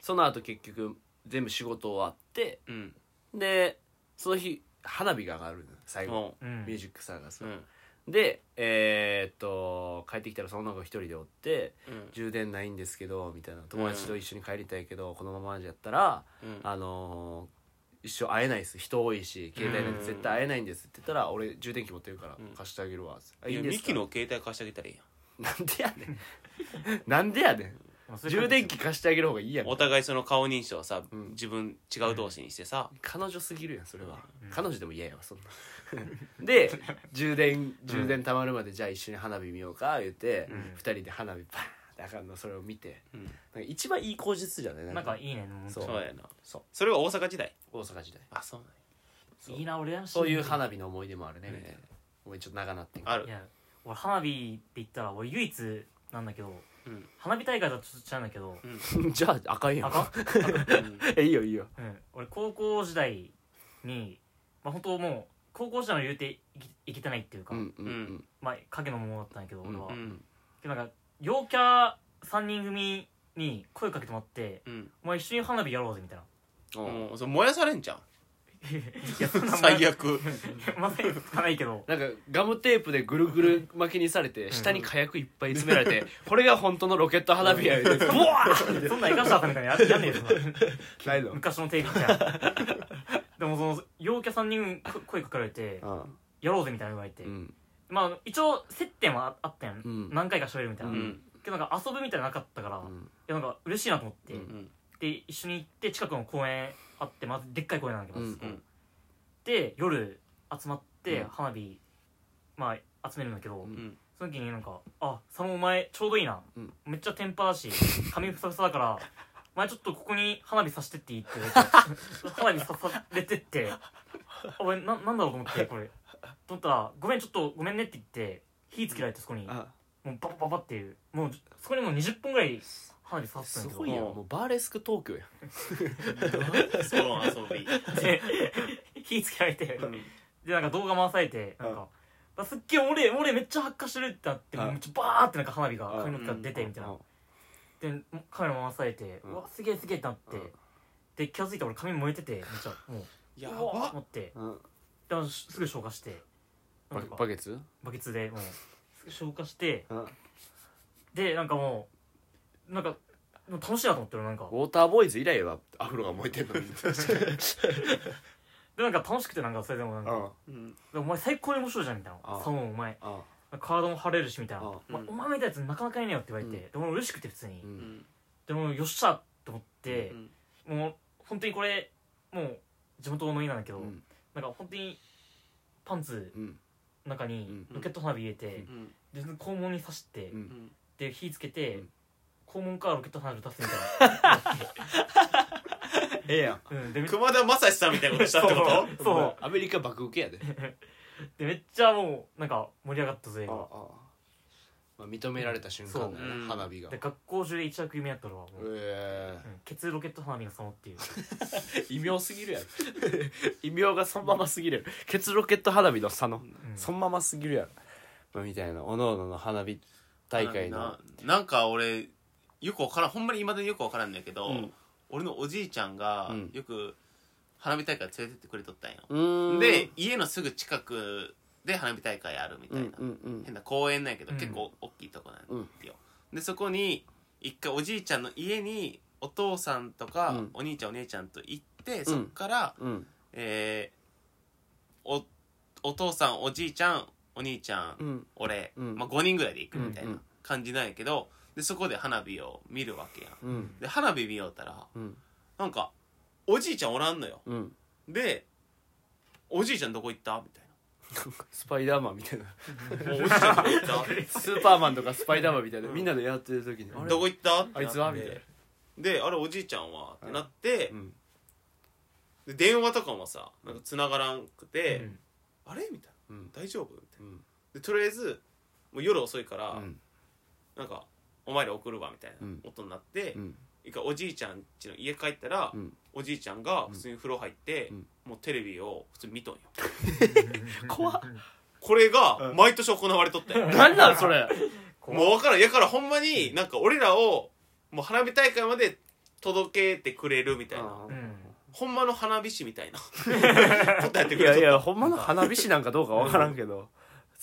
Speaker 1: その後結局全部仕事終わって
Speaker 2: うん
Speaker 1: でその日花火が上がるの最後、
Speaker 2: も
Speaker 4: うん
Speaker 1: ミュージックサーガス
Speaker 2: う
Speaker 1: が、
Speaker 2: ん
Speaker 1: でえーっと帰ってきたらその女の子一人でおって
Speaker 2: うん
Speaker 1: 充電ないんですけどみたいな友達と一緒に帰りたいけど、このままじゃったら
Speaker 2: うん
Speaker 1: あのー一生会えないです人多いし携帯なんて絶対会えないんですって言ったら、俺充電器持ってるから
Speaker 2: うん
Speaker 1: 貸してあげるわ、あ
Speaker 2: い
Speaker 1: いい
Speaker 2: や
Speaker 1: んで
Speaker 2: ミ
Speaker 1: すか
Speaker 2: キの携帯貸してあげたらいいや
Speaker 1: なんでやねんなんでやね
Speaker 4: まあそ
Speaker 1: ん
Speaker 4: ういう
Speaker 1: 充
Speaker 4: 感
Speaker 1: 電
Speaker 4: じ
Speaker 1: 器貸してあげる方がいいやん
Speaker 2: んお互いその顔認証をさ
Speaker 1: うん
Speaker 2: 自分違う同士にしてさ
Speaker 1: 彼女すぎるやんそれは、
Speaker 4: うん
Speaker 1: 彼女でも嫌やわそんな で充電充電たまるまで、じゃあ一緒に花火見ようか言って、
Speaker 4: う
Speaker 1: 二
Speaker 4: ん
Speaker 1: 人で花火バーンってあかんのそれを見て
Speaker 2: うん
Speaker 1: なんか一番いい口実じゃない
Speaker 4: なんかいいねも
Speaker 1: そう
Speaker 2: そうやな
Speaker 1: そう
Speaker 2: それは大阪時代
Speaker 1: 大阪時代
Speaker 2: あそうなんや
Speaker 1: そう
Speaker 4: いいな俺らしい
Speaker 1: そういう花火の思い出もあるね
Speaker 2: うん
Speaker 1: みたいな思いちょっと長なってんけど
Speaker 2: あ
Speaker 4: い
Speaker 2: る
Speaker 4: や俺花火って言ったら俺唯一なんだけど
Speaker 2: うん
Speaker 4: 花火大会だとちょっと違うんだけど
Speaker 2: うん
Speaker 1: じゃあ赤いや
Speaker 4: あ
Speaker 1: ん
Speaker 4: かん
Speaker 2: うん
Speaker 1: えいいよいいよ
Speaker 4: うん、俺高校時代にまあ本当もう高校時代の言うていきいけてないっていうか、
Speaker 1: うんうんう
Speaker 2: うん
Speaker 4: まあ影のものだったんやけど俺は、
Speaker 2: う
Speaker 1: うん
Speaker 4: でなんか陽キャ3人組に声かけてもらって
Speaker 2: うん
Speaker 4: 「お前一緒に花火やろうぜ」みたいな
Speaker 1: うん
Speaker 2: もうそれ燃やされんじゃん
Speaker 4: いやそんな
Speaker 2: 最悪
Speaker 4: まさにつかないけど
Speaker 1: なんかガムテープでぐるぐる巻きにされて下に火薬いっぱい詰められて これが本当のロケット花火やで ブワー
Speaker 4: そんなん生かしたらあかんみたいなややんねえよそんなん
Speaker 1: ないの
Speaker 4: 昔の定義じゃんでもその陽キャ3人こ声かけられて「やろうぜ」みたいな言われて、
Speaker 1: うん
Speaker 4: まあ一応接点はああったやん、
Speaker 1: うん
Speaker 4: 何回か喋るみたいうな、
Speaker 2: ん
Speaker 4: けどなんか遊ぶみたいなのなかったから、
Speaker 1: う
Speaker 4: い
Speaker 1: ん
Speaker 4: やなんか嬉しいなと思って、
Speaker 1: う
Speaker 2: うん
Speaker 4: で一緒に行って近くの公園あってまずでっかい公園なんだけど、
Speaker 1: うん
Speaker 4: そこ
Speaker 2: うん
Speaker 4: で夜集まって
Speaker 1: うん
Speaker 4: 花火、まあ集めるんだけど、
Speaker 1: うん
Speaker 2: うん
Speaker 4: その時になんか「あ佐野お前ちょうどいいな、
Speaker 1: うん
Speaker 4: めっちゃテンパ だし髪ふさふさだからお前ちょっとここに花火さしてっていい」って 言われて花火さされてって「俺ななんだろう?」と思ってこれと思ったら「ごめんちょっとごめんね」って言って火つけられてそこにもう
Speaker 1: あ
Speaker 4: ババババっていうもうそこにもう20本ぐらい花火さってたん
Speaker 1: す
Speaker 4: だけど
Speaker 1: ごいやんもうバーレスク東京やん
Speaker 2: ソロン遊び
Speaker 4: で 火つけられて、でなんか動画回されてなんか、すっげえ俺俺めっちゃ発火してるってなって、
Speaker 1: うん
Speaker 4: めっちゃバーってなんか花火が髪の毛から出てみたいな、でカメラ回されて、
Speaker 1: う
Speaker 4: うんわすげえすげえってなって、
Speaker 1: うん
Speaker 4: で気が付いたら俺髪燃えててめっちゃもう
Speaker 2: や
Speaker 4: うわーと
Speaker 2: ば
Speaker 4: 思って
Speaker 1: うん
Speaker 4: であのすぐ消火してな
Speaker 1: バ
Speaker 4: んとか
Speaker 1: バケツ
Speaker 4: バケツでもうすぐ消火して
Speaker 1: うんウ
Speaker 4: でなんかもうなんかもう楽しいなと思ってるなんか
Speaker 1: ォーターボーイズ以来はアフロが燃えてんのに
Speaker 4: でなんか楽しくてなんかそれでもなんか、
Speaker 1: あ
Speaker 2: うん
Speaker 4: でお前最高に面白いじゃんみたい
Speaker 1: あ
Speaker 4: な「サモンお前
Speaker 1: あ
Speaker 4: 体も晴れるし」みたいな
Speaker 1: あ
Speaker 4: まあ、お前みたいなやつなかなかいないよって言われて、でも嬉しくて普通に、
Speaker 1: うん
Speaker 4: でもよっしゃと思って
Speaker 2: う、ん
Speaker 4: もう本当にこれもう地元の家なんだけど、
Speaker 1: うん
Speaker 4: なんか本当にパンツ
Speaker 1: うん
Speaker 4: の中にロケット花火入れて、
Speaker 2: うん
Speaker 4: で肛門に刺して、
Speaker 1: うん
Speaker 2: うん
Speaker 4: で火つけて、
Speaker 1: うん
Speaker 4: 肛門からロケット花火出すみたい
Speaker 1: ええやん
Speaker 4: な、うん、でめ
Speaker 2: 熊田正史さんみたいなことしたってこ
Speaker 4: そう
Speaker 2: と
Speaker 4: そう
Speaker 1: アメリカ爆受けやで
Speaker 4: でめっちゃもうなんか盛り上がったぜ
Speaker 1: ああまあ認められた瞬間だよ
Speaker 2: そ
Speaker 1: ね
Speaker 2: う
Speaker 1: 花火が
Speaker 4: で学校中で一躍夢やったのはもう、
Speaker 1: え
Speaker 4: うんケツロケット花火のそのっていう
Speaker 1: え 異名すぎるやろ 異名がそのまますぎるやろケツロケット花火の差の
Speaker 4: うん
Speaker 1: そのまますぎるやろまあみたいなおのおのの花火大会の
Speaker 2: ななんか俺よくわからんほんまに今までよくわからんねんけど、
Speaker 1: うん
Speaker 2: 俺のおじいちゃんが
Speaker 1: うん
Speaker 2: よく花火大会連れてってくれとったんよ、
Speaker 1: うーん
Speaker 2: で家のすぐ近くで花火大会あるみた
Speaker 1: う
Speaker 2: いな、
Speaker 1: んうんうん
Speaker 2: 変な公園なんやけど、
Speaker 4: うん
Speaker 2: 結構大きいとこなんですよ、でそこに一回おじいちゃんの家にお父さんとか、
Speaker 1: うん
Speaker 2: お兄ちゃんお姉ちゃんと行ってそっから、
Speaker 1: うん
Speaker 2: えーおお父さんおじいちゃんお兄ちゃん
Speaker 1: うん
Speaker 2: 俺、
Speaker 1: うん
Speaker 2: まあ、5人ぐらいで行くみたい
Speaker 1: うんう
Speaker 2: なん感じなんやけどでそこで花火を見るわけやん
Speaker 1: うん
Speaker 2: で花火見ようたら
Speaker 1: うん
Speaker 2: なんかおじいちゃんおらんのよ
Speaker 1: うん
Speaker 2: で「おじいちゃんどこ行った?」みたい
Speaker 1: スパイダーマンみ たいな
Speaker 2: な「おじい ちゃんどこ行っ
Speaker 1: スーパーマンとかスパイダーマンみたいなみんなでやってる時にあ
Speaker 2: た
Speaker 1: れ
Speaker 2: どこ行った?」ってなって
Speaker 1: あいつはみたいな
Speaker 2: で「あれおじいちゃんは?」ってなって、
Speaker 1: うん
Speaker 2: で電話とかもさなんか繋がらんくて
Speaker 4: うん
Speaker 2: 「あれ?」みたい
Speaker 1: うん
Speaker 2: な「大丈夫?」みたいな
Speaker 1: うん
Speaker 2: でとりあえずもう夜遅いか
Speaker 1: う
Speaker 2: ら、
Speaker 1: ん
Speaker 2: なんか「お前ら送るわ」みたいな
Speaker 1: うん
Speaker 2: 音になって、
Speaker 1: うん
Speaker 2: 一回おじいちゃん家の家帰ったら、
Speaker 1: うん
Speaker 2: おじいちゃんが普通に風呂入って、
Speaker 1: うん
Speaker 2: もうテレビを普通に見とんよ
Speaker 1: 怖っ
Speaker 2: これが毎年行われとったよ、
Speaker 1: 何なんそれ
Speaker 2: もう分からんやからほんまになんか俺らをもう花火大会まで届けてくれるみたいな
Speaker 4: うん
Speaker 2: ほんまの花火師みたい なことやって
Speaker 1: い
Speaker 2: くれ
Speaker 1: やい
Speaker 2: とった
Speaker 1: やほんまの花火師なんかどうかわからんけど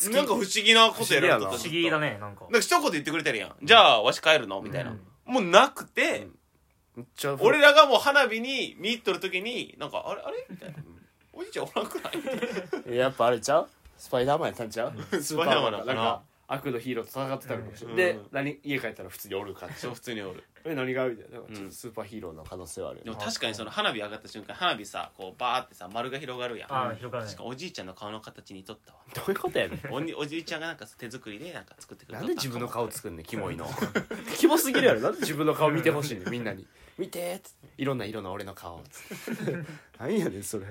Speaker 1: 好き
Speaker 2: なんか不思議なことやられ
Speaker 1: 不
Speaker 2: た
Speaker 1: 思
Speaker 2: と
Speaker 4: 不思議だねなんか
Speaker 2: なんか一言言ってくれてるやんじゃあわし帰るのみたいな、
Speaker 4: うん
Speaker 2: もうなくて、
Speaker 1: めっちゃ
Speaker 2: 俺らがもう花火に見入っとる時になんかあれあれみたいなおじいちゃんおらんくないみたいな
Speaker 1: やっぱあれちゃうスパイダーマンやったんちゃう
Speaker 2: スパイダーマンな
Speaker 1: ス
Speaker 2: のかな
Speaker 1: パイダーマンんか悪のヒーローと戦ってたのかもしれない、
Speaker 2: うん
Speaker 1: で
Speaker 2: うん
Speaker 1: 何家帰ったら普通におる感じ
Speaker 2: そう普通に おる
Speaker 1: え何がみたいななんか
Speaker 2: うん
Speaker 1: ちょっとスーパーヒーローの可能性はあるよ
Speaker 2: で
Speaker 1: ね
Speaker 2: も確かにその花火上がった瞬間花火さこうバーってさ丸が広がるやん
Speaker 4: ああ広がらない
Speaker 2: 確かおじいちゃんの顔の形にとったわ
Speaker 1: どういうことやねん
Speaker 2: おにおじいちゃんがなんか手作りでなんか作ってくれ
Speaker 1: な
Speaker 2: た
Speaker 1: んで自分の顔作んねんキモいのキモすぎるやろなんで自分の顔見てほしいねんみんなに見てーつっていろんな色の俺の顔つって 何やねんそれ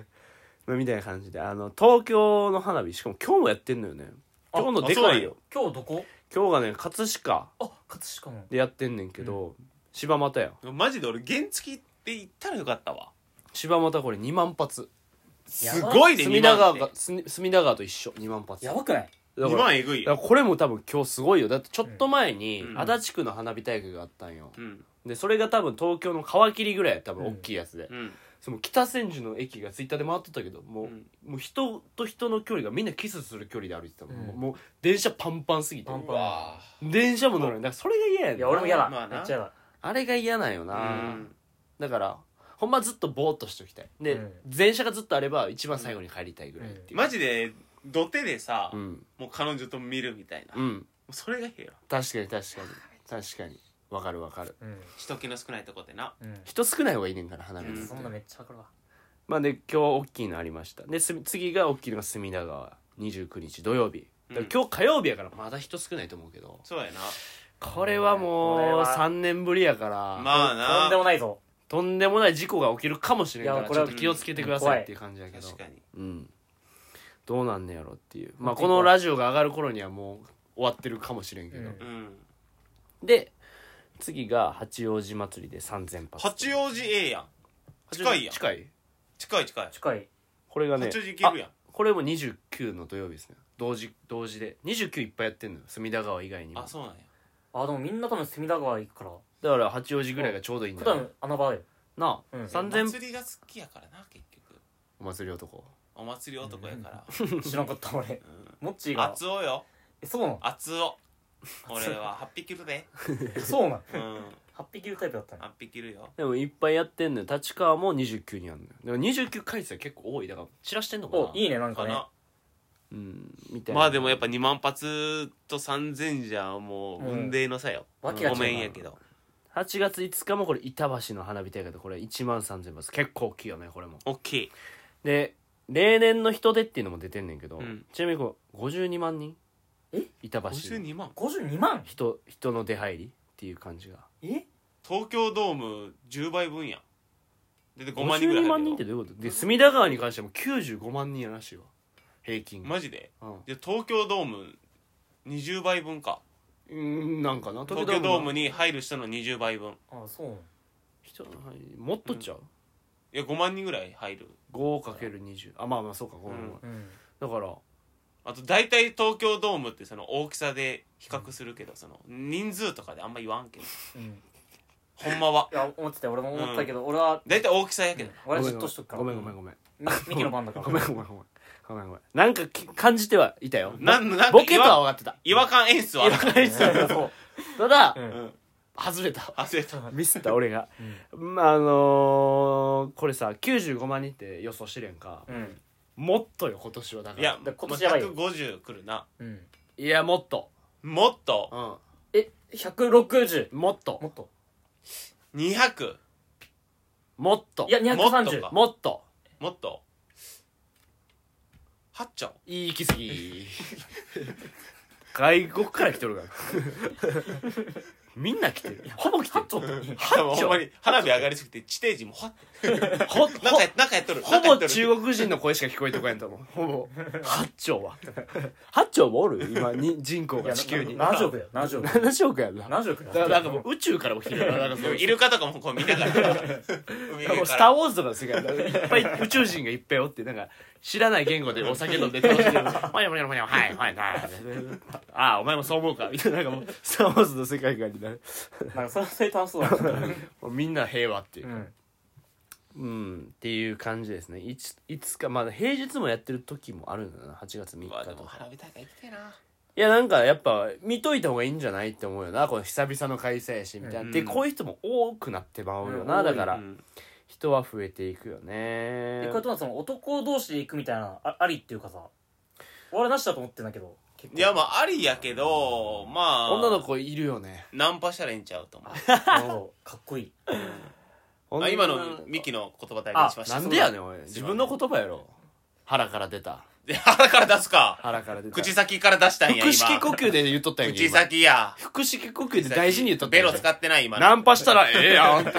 Speaker 1: まあみたいな感じであの東京の花火しかも今日もやってんのよね
Speaker 4: あ
Speaker 1: 今日のでかいよ
Speaker 4: 今日どこ
Speaker 1: 今日がね葛飾
Speaker 4: あ葛飾も
Speaker 1: でやってんねんけど、柴又や
Speaker 2: マジで俺原付って言ったらよかったわ
Speaker 1: 柴又これ2万発
Speaker 2: すごいね
Speaker 1: 隅
Speaker 2: 2
Speaker 1: 田
Speaker 2: 万
Speaker 1: 川
Speaker 2: って
Speaker 1: がす隅田川と一緒2万発
Speaker 3: やばくない
Speaker 1: だか
Speaker 2: 2
Speaker 1: ら
Speaker 2: 万えぐい
Speaker 1: だからこれも多分今日すごいよだってちょっと前に
Speaker 2: うん
Speaker 1: 足立区の花火大会があったんよ
Speaker 2: うん
Speaker 1: でそれが多分東京の皮切りぐらい多分大きいやつで、
Speaker 2: うん
Speaker 1: その北千住の駅がツイッターで回ってたけどもう,、
Speaker 2: うん
Speaker 1: もう人と人の距離がみんなキスする距離で歩いてたもん、
Speaker 4: うん
Speaker 1: もう電車パンパンすぎて
Speaker 4: パンパン
Speaker 2: うわ
Speaker 1: 電車も乗るだからそれが嫌やねん
Speaker 4: いや俺も嫌だ
Speaker 2: まあな
Speaker 4: めっちゃ嫌だ
Speaker 1: あれが嫌なんよ
Speaker 2: う
Speaker 1: な、
Speaker 2: ん
Speaker 1: だからほんまずっとぼーっとしておきたいで、
Speaker 4: うん
Speaker 1: 電車がずっとあれば一番最後に帰りたいぐらいっていう、
Speaker 2: マジで土手でさ、
Speaker 1: うん
Speaker 2: もう彼女と見るみたいな、
Speaker 1: う
Speaker 2: も
Speaker 1: ん
Speaker 2: うそれがいいよ
Speaker 1: 確かに確かに確かにわかるわかる
Speaker 4: うん
Speaker 2: 人気の少ないとこでな
Speaker 4: う
Speaker 1: 人少ない方がいいねんから花火って
Speaker 4: んそんなめっちゃわかるわ
Speaker 1: まあで今日大きいのありましたです次が大きいのが隅田川29日土曜日だから今日火曜日やからまだ人少ないと思うけど、
Speaker 2: そうやな
Speaker 1: これは
Speaker 4: これ
Speaker 1: もう
Speaker 4: は
Speaker 1: 3年ぶりやから、
Speaker 2: ま
Speaker 4: と
Speaker 2: あ
Speaker 4: んで
Speaker 2: な
Speaker 4: もないぞ
Speaker 1: とんでもない事故が起きるかもしれんか
Speaker 4: い
Speaker 1: ら
Speaker 4: や
Speaker 1: ち
Speaker 4: これ
Speaker 1: ょ
Speaker 4: は
Speaker 1: っと気をつけてくださ
Speaker 4: う
Speaker 1: い
Speaker 4: ん
Speaker 1: っていう感じやけど
Speaker 2: 確かに
Speaker 1: うんどうなんねやろっていうまあ
Speaker 4: 本当に
Speaker 1: この
Speaker 4: 怖い
Speaker 1: ラジオが上がる頃にはもう終わってるかもしれんけど、
Speaker 4: うん
Speaker 2: うん
Speaker 1: で次が八王子祭りで3000発
Speaker 2: 八王子ええやん近いやん
Speaker 1: 近い
Speaker 2: 近い近い
Speaker 4: 近い
Speaker 1: これがね
Speaker 2: 八王子行けるやん
Speaker 1: これも29の土曜日ですね同時同時で29いっぱいやってんのよ隅田川以外にも
Speaker 2: あそうなんや
Speaker 4: あでもみんな多分隅田川行くから
Speaker 1: だから八王子ぐらいがちょうどいいん
Speaker 4: 普
Speaker 1: だよ
Speaker 4: 段穴場だよ
Speaker 1: なあ、
Speaker 4: うん
Speaker 1: 3000
Speaker 2: 祭りが好きやからな結局
Speaker 1: お祭り男
Speaker 2: お祭り男やから
Speaker 4: 知らんかった俺
Speaker 2: うん
Speaker 4: モッチーが
Speaker 2: 熱男よ
Speaker 4: えそうなの
Speaker 2: 熱男俺は8匹いるで
Speaker 4: えそうなの
Speaker 2: うん
Speaker 4: 8匹いるタイプだったの
Speaker 2: 8匹いるよ
Speaker 1: でもいっぱいやってんのよ立川も29にあんのよでも29回数は結構多いだから散らしてんのかな
Speaker 4: おいいねなんか
Speaker 2: か
Speaker 4: ね
Speaker 2: な
Speaker 1: うんみたいな
Speaker 2: まあでもやっぱ2万発と3000じゃもう運命の差よ
Speaker 4: わけが違う
Speaker 2: ご
Speaker 4: な
Speaker 2: めんやけど
Speaker 1: 8月5日もこれ板橋の花火大会でこれ1万3000発結構大きいよねこれも
Speaker 2: 大きい
Speaker 1: で例年の人出っていうのも出てんねんけど、
Speaker 2: うん
Speaker 1: ちなみにこれ52万人
Speaker 4: え
Speaker 1: 板橋の
Speaker 2: 52万
Speaker 4: 52万
Speaker 1: 人人の出入りっていう感じが
Speaker 4: え
Speaker 2: 東京ドーム10倍分やんだって5万人ぐらい
Speaker 1: 52
Speaker 2: 入
Speaker 1: 万人
Speaker 2: るよ
Speaker 1: ってどういうことで隅田川に関しても95万人やらしいわ平均
Speaker 2: マジで
Speaker 1: うん
Speaker 2: で東京ドーム20倍分か
Speaker 1: うんなんかな
Speaker 2: 東京ドームに入る人の20倍分
Speaker 4: あそうなの
Speaker 1: 人の範囲もっとちゃう、
Speaker 2: いや5万人ぐらい入る
Speaker 1: 5×20 あまあまあそうかごめんごめん、
Speaker 4: うん
Speaker 1: だから
Speaker 2: あと大体東京ドームってその大きさで比較するけどその人数とかであんま言わんけど
Speaker 4: うん
Speaker 2: ほんまはい
Speaker 4: や思ってたよ俺も思ったけど俺は
Speaker 2: 大体大きさやけど
Speaker 4: 俺はじっとしとくから
Speaker 1: ごめんごめんごめん
Speaker 4: みミキの番だから
Speaker 1: ごめんごめんごめんごめんごめんごめんなんかき感じてはいたよ
Speaker 2: なんなんか
Speaker 1: ボケとは分かってた
Speaker 2: 違和感演出はある
Speaker 4: んそう
Speaker 1: ただ、
Speaker 4: う
Speaker 2: うんん
Speaker 1: 外れた
Speaker 2: 焦った
Speaker 1: ミスった俺が、まああのーこれさ95万人って予想してるやんか、
Speaker 4: うん
Speaker 1: もっとよ今年はだから
Speaker 2: いや
Speaker 4: だから今
Speaker 2: 今
Speaker 4: 年
Speaker 2: 年
Speaker 4: やばいよ
Speaker 2: 150くるな
Speaker 4: うん
Speaker 1: いやもっと
Speaker 2: もっと
Speaker 1: うん
Speaker 4: え160
Speaker 1: もっと
Speaker 4: もっと
Speaker 2: 200
Speaker 1: もっと
Speaker 4: いや
Speaker 2: もっと
Speaker 4: 230
Speaker 2: か
Speaker 1: もっと
Speaker 2: もっと8兆
Speaker 1: いい行き過ぎ外国から来てるからみんな来てるほぼ来てる
Speaker 2: 多分ほんまに花火上がりすぎて地底人もほっ
Speaker 1: ほ
Speaker 2: なんかやなんかやっとるな
Speaker 1: ほ
Speaker 2: んかや
Speaker 1: ぼ
Speaker 2: っとる
Speaker 1: 中国人の声しか聞こえてこないんだもんほぼ八丁は八丁もおる今に人口が地球に
Speaker 4: 7億だよ7億
Speaker 1: 7億やんなだ
Speaker 4: 7億だ
Speaker 1: からなんかもう宇宙からも来てるよななんかそう
Speaker 2: イルカとかもこう見なが ら海
Speaker 1: も
Speaker 2: 辺
Speaker 1: うス
Speaker 2: か
Speaker 1: ター・
Speaker 2: ら
Speaker 1: ウォーズ」とかの世界だいっぱい宇宙人がいっぱいおってなんか知らない言語でお酒飲んで楽し んでる「ほやほやほやはいはいはい」ああお前もそう思うか」みたいななんかもう「スター・ウォーズ」の世界観になる
Speaker 4: なんかそれはそれ楽しそうだな
Speaker 1: もうみんな平和っていう う、
Speaker 4: ん
Speaker 1: うんっていう感じですねいついつかまあ平日もやってる時もあるんだな8月3
Speaker 2: うわで
Speaker 1: 日と
Speaker 2: も
Speaker 1: か
Speaker 2: 花火大会行きたいない
Speaker 1: やなんかやっぱ見といた方がいいんじゃないって思うよなこの久々の開催やしみたいな、
Speaker 2: うん
Speaker 1: でこういう人も多くなってまうよな、
Speaker 3: うん
Speaker 1: だから、
Speaker 2: うん
Speaker 1: 人は増えていくよね
Speaker 3: えこれとはその男同士で行くみたいなあありっていうかさ俺なしだと思ってんだけど結構
Speaker 2: いやまあありやけどまあ
Speaker 1: 女の子いるよね
Speaker 2: ナンパしたらいいんちゃうと思う
Speaker 3: なるほどかっこいい
Speaker 2: あ今のミキの言葉代弁しました
Speaker 1: なんでやね
Speaker 2: ん
Speaker 1: んおい自分の言葉やろ腹から出た
Speaker 2: 腹から出すか
Speaker 1: 腹から出た
Speaker 2: 口先から出したんや
Speaker 1: 腹式呼
Speaker 2: 今
Speaker 1: 吸で言っとったやんけ
Speaker 2: 口
Speaker 1: 今
Speaker 2: 先や
Speaker 1: 腹式呼吸で大事に言っとった
Speaker 2: ベ
Speaker 1: やん
Speaker 2: ロ使ってない今
Speaker 1: ナンパしたらええやんって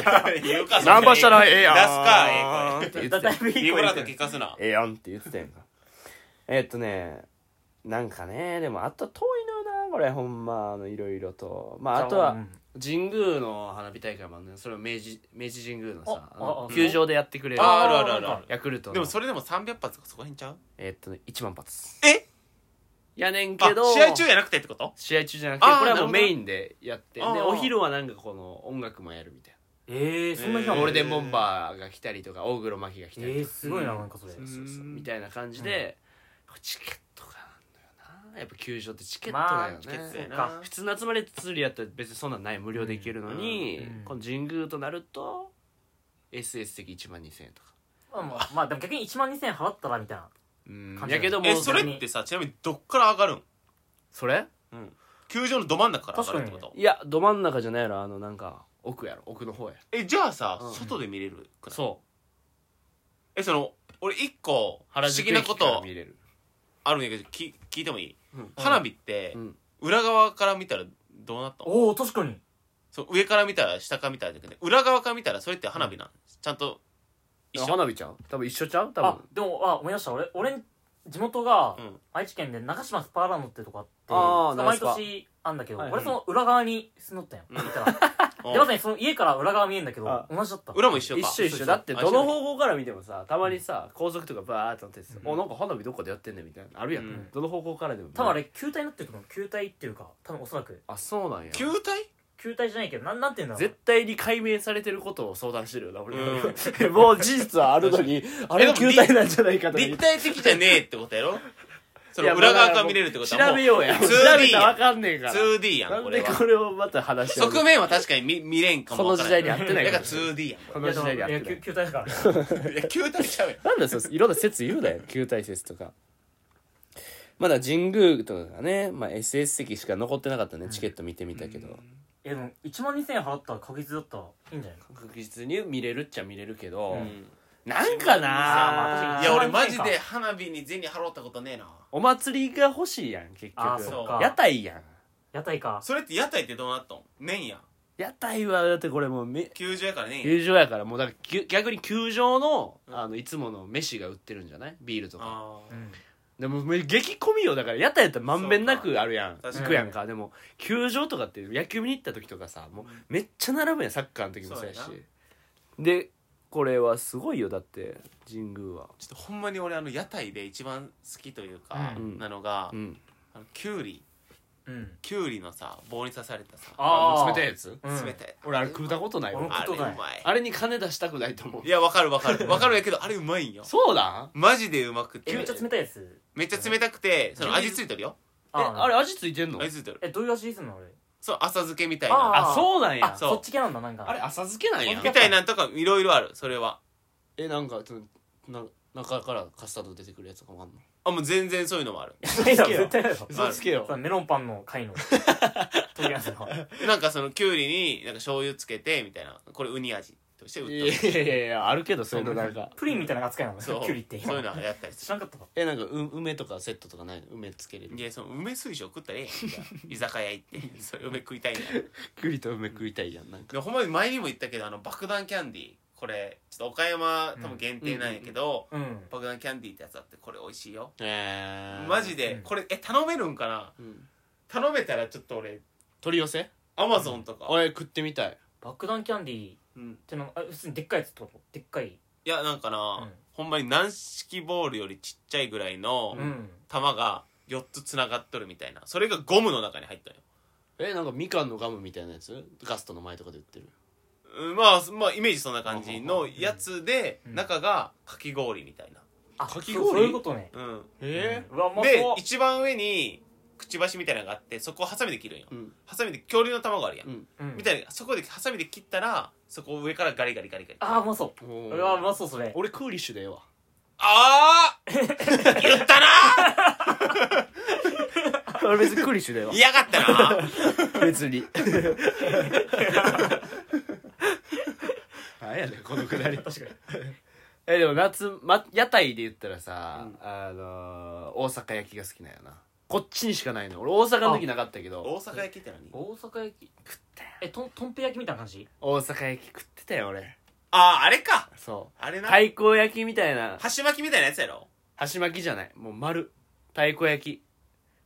Speaker 2: 言う かそんな
Speaker 1: ナンパしたらええやん
Speaker 2: 出すかええ声
Speaker 1: って言って
Speaker 3: だだ
Speaker 1: たや
Speaker 3: い
Speaker 1: ん
Speaker 3: ぶいい
Speaker 2: ビブ
Speaker 3: 声
Speaker 2: ラー
Speaker 3: 出
Speaker 2: ト
Speaker 3: て
Speaker 2: 聞
Speaker 3: る
Speaker 2: かすな
Speaker 1: ええやんって言ってたやんかえーっとねなんかねでもあと遠いのよなこれほんまあのいろいろとまああと
Speaker 3: う
Speaker 1: は
Speaker 3: ん
Speaker 1: 神宮の花火大会もあるねそれは明治明治神宮のさ
Speaker 3: あ
Speaker 1: あの
Speaker 3: ああ
Speaker 1: 球場でやってくれる
Speaker 2: ああるあるあるある
Speaker 1: ヤクルトの
Speaker 2: でもそれでも300発とかそこら辺ちゃう
Speaker 1: えーっとね1万発
Speaker 2: え
Speaker 1: やねん
Speaker 2: あ
Speaker 1: けど
Speaker 2: 試合中やなくてってこと
Speaker 1: 試合中じゃなくて
Speaker 2: あー
Speaker 1: これはもう
Speaker 2: なるほど
Speaker 1: メインでやってで
Speaker 2: あー
Speaker 1: お昼はなんかこの音楽もやるみたい
Speaker 3: えー、そんな日は
Speaker 1: な
Speaker 3: も
Speaker 1: ゴー
Speaker 2: えー
Speaker 3: う
Speaker 1: ルデンボンバーが来たりとか大黒摩季が来た
Speaker 3: え
Speaker 1: りとか
Speaker 3: ー、すごいななんかそれ、
Speaker 1: そうそうそう
Speaker 2: うん
Speaker 1: みたいな感じで、チケットがなんだよなやっぱ球場ってチケット
Speaker 3: ま
Speaker 1: だ
Speaker 3: あ
Speaker 1: よ
Speaker 2: チケット
Speaker 1: ね、
Speaker 2: やな
Speaker 1: 普通の集まりツーリーやったら別にそんなんない無料で行けるのに、
Speaker 3: うんうん
Speaker 1: この神宮となると SS 席1万2000円とか、
Speaker 3: まあまあまあでも逆に1万2000円払ったらみたいな
Speaker 1: うん
Speaker 3: 感じだね
Speaker 1: やけども
Speaker 2: えそれってさちなみにどっから上がるん
Speaker 1: それ
Speaker 2: 球場のど真ん中から上がるってこ
Speaker 3: 確
Speaker 2: と
Speaker 1: いやど真ん中じゃないやろあのなんか奥やろ奥の方や
Speaker 2: えじゃあさ
Speaker 1: うん
Speaker 2: 外で見れるくない
Speaker 1: そ
Speaker 2: えその俺一個
Speaker 1: う
Speaker 2: 不思議なこ
Speaker 1: 原宿駅から
Speaker 2: と
Speaker 1: 見れる
Speaker 2: あるんやけどき聞いてもいい
Speaker 1: うん
Speaker 2: 花火って
Speaker 1: うん
Speaker 2: 裏側から見たらどうなったの
Speaker 3: おお確かに
Speaker 2: そう上から見たら下から見たらだけど裏側から見たらそれって花火なんちゃんと一緒
Speaker 1: 花火ちゃう多分一緒ちゃう多分
Speaker 3: あでもあ思い出した俺俺ん地元が
Speaker 2: うん
Speaker 3: 愛知県で長島スパーランドってとこあって
Speaker 1: あー
Speaker 3: その
Speaker 1: ナイ
Speaker 3: 毎
Speaker 1: スパ
Speaker 3: 年あんだけど、
Speaker 1: はい
Speaker 3: 俺その裏側に住んどったよ、
Speaker 2: うん
Speaker 3: 行ったら
Speaker 2: うん
Speaker 3: でまさにその家から裏側見えんだけど
Speaker 1: あ
Speaker 3: 同じだった
Speaker 2: 裏も一緒か
Speaker 1: 一緒一緒だってどの方向から見てもさたまにさ高速とかバーって乗っててさ
Speaker 3: うん
Speaker 1: おなんか花火どこでやってんねん」みたいなのあるやん、
Speaker 2: うん
Speaker 1: どの方向からでも
Speaker 3: 多分あれ球体になってると思う球体っていうか多分おそらく
Speaker 1: あそうなんや
Speaker 2: 球体
Speaker 3: 球体じゃないけどなんなんていうんだろう
Speaker 1: 絶対に解明されてることを相談してるよな俺、
Speaker 2: う
Speaker 1: もう事実はあるのにあれ球体なんじゃないかとか言
Speaker 2: 立
Speaker 1: って
Speaker 2: 体的じゃねえってこと やろそ
Speaker 1: いや
Speaker 2: の裏側から見れるってことは
Speaker 1: 調
Speaker 2: も
Speaker 1: べ
Speaker 2: う
Speaker 1: ようや調
Speaker 2: 2D
Speaker 1: べたらわかんねえから
Speaker 2: 2D や
Speaker 1: なん
Speaker 2: こ
Speaker 1: ん
Speaker 2: れ
Speaker 1: で
Speaker 2: は
Speaker 1: これをまた話し合う
Speaker 2: 側面は確かに見見れんかもわか
Speaker 1: こ
Speaker 2: ら
Speaker 1: の時代に合ってない
Speaker 2: だ
Speaker 1: か
Speaker 2: からら 2D やんこ
Speaker 1: こ
Speaker 3: い
Speaker 1: の
Speaker 3: やで
Speaker 1: 時
Speaker 3: も
Speaker 1: 代
Speaker 3: い
Speaker 1: でや
Speaker 3: や
Speaker 1: ってな
Speaker 3: 球
Speaker 1: い
Speaker 3: 球体だから
Speaker 2: れいや球体ちゃうやん
Speaker 1: なんだそういろんな説言う なよ球体説とかまだ神宮とかがね、まあ、SS 席しか残ってなかったねチケット見てみたけど、
Speaker 3: えでも1万2000円払ったら確実だったらいいんじゃないか
Speaker 1: 確実に見れるっちゃ見れるけど、
Speaker 2: うん
Speaker 1: なんか
Speaker 3: ま
Speaker 1: な
Speaker 3: あ
Speaker 2: いや俺マジで花火に銭払ったことねえな
Speaker 1: お祭りが欲しいやん結
Speaker 3: あー
Speaker 1: 局
Speaker 3: そ
Speaker 2: そうう
Speaker 3: か
Speaker 1: 屋台やん
Speaker 3: 屋台か
Speaker 2: それって屋台ってどうなったん年やん
Speaker 1: 屋台はだってこれもうめ
Speaker 2: 球場やからね
Speaker 1: 球場やからもうだからきゅ逆に球場のあのいつもの飯が売ってるんじゃないビールとか
Speaker 2: あ
Speaker 3: う
Speaker 2: ー
Speaker 3: ん
Speaker 1: でももう激混みよだから屋台やったらまんべんなくあるやん
Speaker 2: そうか
Speaker 1: 行くやんかでも球場とかって野球見に行った時とかさもうめっちゃ並ぶやんサッカーの時もそうやし
Speaker 2: そうや
Speaker 1: でこれはすごいよだって神宮は
Speaker 2: ちょっとほんまに俺あの屋台で一番好きというか
Speaker 3: うん
Speaker 2: なのが
Speaker 1: うん
Speaker 2: あのキュウリ
Speaker 3: うん
Speaker 2: キュウリのさ棒に刺されたさ
Speaker 3: あー
Speaker 1: 冷たいやつ
Speaker 3: うん
Speaker 2: 冷たい
Speaker 1: 俺あれ食うたことないわ
Speaker 3: 俺も
Speaker 2: あれうまい
Speaker 1: あれに金出したくないと思う
Speaker 2: いやわかるわかるわかるやけどあれうまいんよ
Speaker 1: そうだ
Speaker 2: マジでうま
Speaker 3: え
Speaker 2: くて
Speaker 3: めっちゃ冷たいやつ
Speaker 2: めっちゃ冷たくてその味ついてるよ
Speaker 1: えあれ味ついてんの
Speaker 2: 味ついてる
Speaker 3: えどういう味にすんのあれ
Speaker 2: そう浅漬けみたい
Speaker 3: あ
Speaker 2: な
Speaker 1: あそうなんや
Speaker 3: あ
Speaker 2: そう
Speaker 3: そっち系なんだなんか
Speaker 1: あれ浅漬けなんや
Speaker 2: みたいなんとかいろいろあるそれは
Speaker 1: えなんかそのな中からカスタード出てくるやつとかもあんの
Speaker 2: あもう全然そういうのもある
Speaker 3: 絶対絶対だよ
Speaker 2: 嘘
Speaker 1: つ
Speaker 2: つ
Speaker 1: けよ
Speaker 3: そのメロンパンの回の取り合わせの
Speaker 2: なんかそのきゅうりになんか醤油つけてみたいなこれウニ味として売
Speaker 1: い
Speaker 2: って
Speaker 1: や
Speaker 2: る
Speaker 1: いやいやあるけどそういうのなんか
Speaker 3: プリンみたいな扱いなの
Speaker 2: そう
Speaker 3: キュウリって
Speaker 2: そういう
Speaker 3: 今
Speaker 2: のはやったりす
Speaker 3: 知らんかったわ
Speaker 1: えなんかう梅とかセットとかないの梅つけれる
Speaker 2: るいやその梅水晶食ったらええやんじゃあ居酒屋行ってそれ梅食いたいんや
Speaker 1: 栗と梅食いたいやんなんか
Speaker 2: でほんまに前にも言ったけどあの爆弾キャンディーこれちょっと岡山多分限定なんやけど、
Speaker 3: うん
Speaker 2: 爆弾キャンディーってやつあってこれ美味しいよ
Speaker 1: えー
Speaker 2: マジでこれえ頼めるんかな
Speaker 1: うん
Speaker 2: 頼めたらちょっと俺
Speaker 1: 取り寄せ
Speaker 2: アマゾンとか、
Speaker 1: 俺食ってみたい
Speaker 3: 爆弾キャンディーっ
Speaker 2: うん
Speaker 3: てのあ普通にでっかいやつってことでっかい
Speaker 2: いやなんかな、
Speaker 3: うん
Speaker 2: ほんまに軟式ボールよりちっちゃいぐらいの
Speaker 3: うん
Speaker 2: 玉が4つつながっとるみたいなそれがゴムの中に入ったのよ
Speaker 1: えなんかみかんのガムみたいなやつガストの前とかで売ってる
Speaker 2: うんまあまあイメージそんな感じのやつで
Speaker 4: うん
Speaker 2: 中がかき氷みたいな
Speaker 4: あ
Speaker 1: かき
Speaker 4: そう
Speaker 1: 氷
Speaker 4: そういうことね
Speaker 2: うん
Speaker 1: え
Speaker 4: うわうま
Speaker 2: で
Speaker 4: そう
Speaker 2: 一番上にくちばしみたいなのがあってそこをハサミで切るんよ
Speaker 1: えうん
Speaker 2: ハサミで恐竜の卵あるやん、
Speaker 1: うん
Speaker 4: うん
Speaker 2: みたいなそこでハサミで切ったらそこを上からガリガリガリガリ
Speaker 4: あーうまそう
Speaker 1: おー
Speaker 4: うわうまそうそれ
Speaker 1: 俺クーリッシュでええわ
Speaker 2: あー言ったな
Speaker 1: 俺別にクーリッシュでええわ
Speaker 2: 嫌がったな
Speaker 1: 別に 何やねんこのくだり
Speaker 4: 確かに
Speaker 1: えでも夏、ま、屋台で言ったらさ、あのー、大阪焼きが好きなんやなこっちにしかないの俺大阪の時なかったけど
Speaker 2: 大阪焼きって何
Speaker 4: 大阪焼き食ったよえとんとんぺ焼きみたいな感じ
Speaker 1: 大阪焼き食ってたよ俺
Speaker 2: あああれか
Speaker 1: そ
Speaker 2: あれ
Speaker 1: う
Speaker 2: な、
Speaker 1: 太鼓焼きみたいな
Speaker 2: 箸巻きみたいなやつやろ
Speaker 1: 箸巻きじゃないもう丸太鼓焼き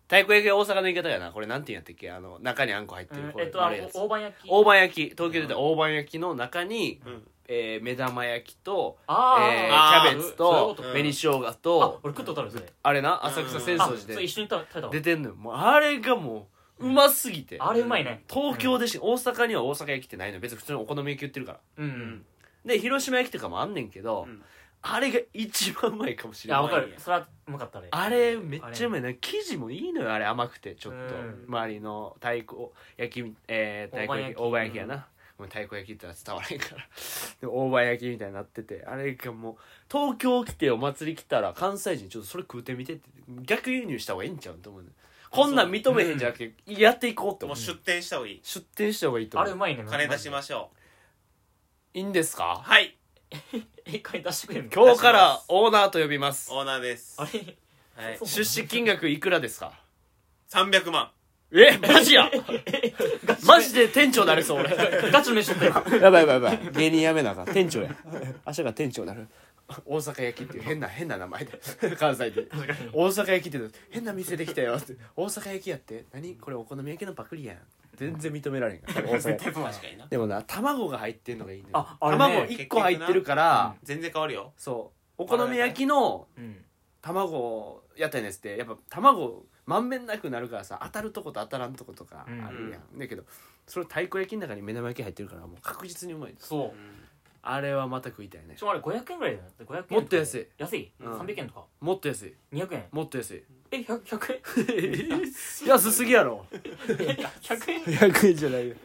Speaker 1: 太鼓焼きは大阪の言い方やなこれなんて言うんやったっけあの中にあんこ入ってる、こ
Speaker 4: え
Speaker 1: れ
Speaker 4: っとあ
Speaker 1: 丸い
Speaker 4: の
Speaker 1: やつ
Speaker 4: 大判焼き
Speaker 1: 大判焼き東京で言ったら大判焼きの中に、
Speaker 2: うん
Speaker 1: えー目玉焼きと、え
Speaker 4: あ
Speaker 1: ー
Speaker 4: ー
Speaker 2: あー
Speaker 1: キャベツ
Speaker 4: そうい
Speaker 1: と
Speaker 4: うこと
Speaker 1: 紅生姜
Speaker 4: あ
Speaker 1: と
Speaker 4: 俺食ったことあるそれ
Speaker 1: あれな浅草浅
Speaker 4: あ
Speaker 1: 草
Speaker 4: そ
Speaker 1: 寺
Speaker 4: れ
Speaker 1: で
Speaker 4: 一緒に食べ食べたわ
Speaker 1: 出てんのよもうあれがもううますぎて
Speaker 4: あれうまいね
Speaker 1: 東京でし大阪には大阪焼きってないのよ別に普通のお好み焼き売ってるから
Speaker 4: うんうん
Speaker 2: ん
Speaker 1: で広島焼きとかもあんねんけど、
Speaker 2: うん
Speaker 1: あれが一番うまいかもし
Speaker 4: い
Speaker 1: れな
Speaker 4: や
Speaker 1: い
Speaker 4: わかるそれはうまかったね
Speaker 1: あれめっちゃうまいな生地もいいのよあれ甘くてちょっと
Speaker 4: うん
Speaker 1: 周りの太鼓焼きえー、太鼓焼き大判
Speaker 4: 大判焼
Speaker 1: 焼
Speaker 4: き
Speaker 1: きやな、もう太鼓焼きってのは伝わらへんから でも大判焼きみたいになっててあれがもう東京来てお祭り来たら関西人ちょっとそれ食うてみてって逆輸入した方がいいんちゃうと思うねこんなん認めへんじゃなくて、やっていこうって
Speaker 2: も
Speaker 1: 思
Speaker 2: う
Speaker 1: う
Speaker 2: 出店した方がいい
Speaker 1: 出店した方がいいと
Speaker 4: あ
Speaker 1: 思
Speaker 4: れう
Speaker 1: う
Speaker 4: まいね
Speaker 2: 金出し
Speaker 4: す
Speaker 2: ましょ
Speaker 1: いいんです
Speaker 2: う
Speaker 1: か
Speaker 2: はい
Speaker 4: え金出してくれるの
Speaker 1: 今日からオーナーと呼びます
Speaker 2: オーナーです
Speaker 4: あれ
Speaker 2: はい
Speaker 4: そう
Speaker 1: 出資金額いくらですか
Speaker 2: 300万
Speaker 1: えマジ やマジで店長になれそう俺
Speaker 4: ガチの飯取ったよ
Speaker 1: やばいやばいやばい芸人やめなあかん店長や明日が店長になる大阪焼きっていう変な変な名前で 関西で大阪焼きって変な店できたよって大阪焼きやって何これお好み焼きのパクリやん全然認められんから大阪
Speaker 2: 確かにな
Speaker 1: でもな卵が入ってんのがいいのよ
Speaker 4: ああれね
Speaker 1: 卵1個入ってるから、
Speaker 2: 全然変わるよ
Speaker 1: そうお好み焼きの
Speaker 4: うん
Speaker 1: 卵やったんですってやっぱ卵まんべんなくなるからさ当たるとこと当たらんとことかあるやん、だけどそれ太鼓焼きの中に目玉焼き入ってるからもう確実にうまいです
Speaker 4: そう
Speaker 1: あれはまた食いたいね
Speaker 4: しかもあれ500円ぐらいだよ500円
Speaker 1: もっと安い
Speaker 4: 安い
Speaker 1: うん
Speaker 4: 300円とか
Speaker 1: もっと安い
Speaker 4: 200円
Speaker 1: もっと安 い
Speaker 4: え100 100 円
Speaker 1: 安すぎやろ
Speaker 4: 100円
Speaker 1: 100円じゃないよ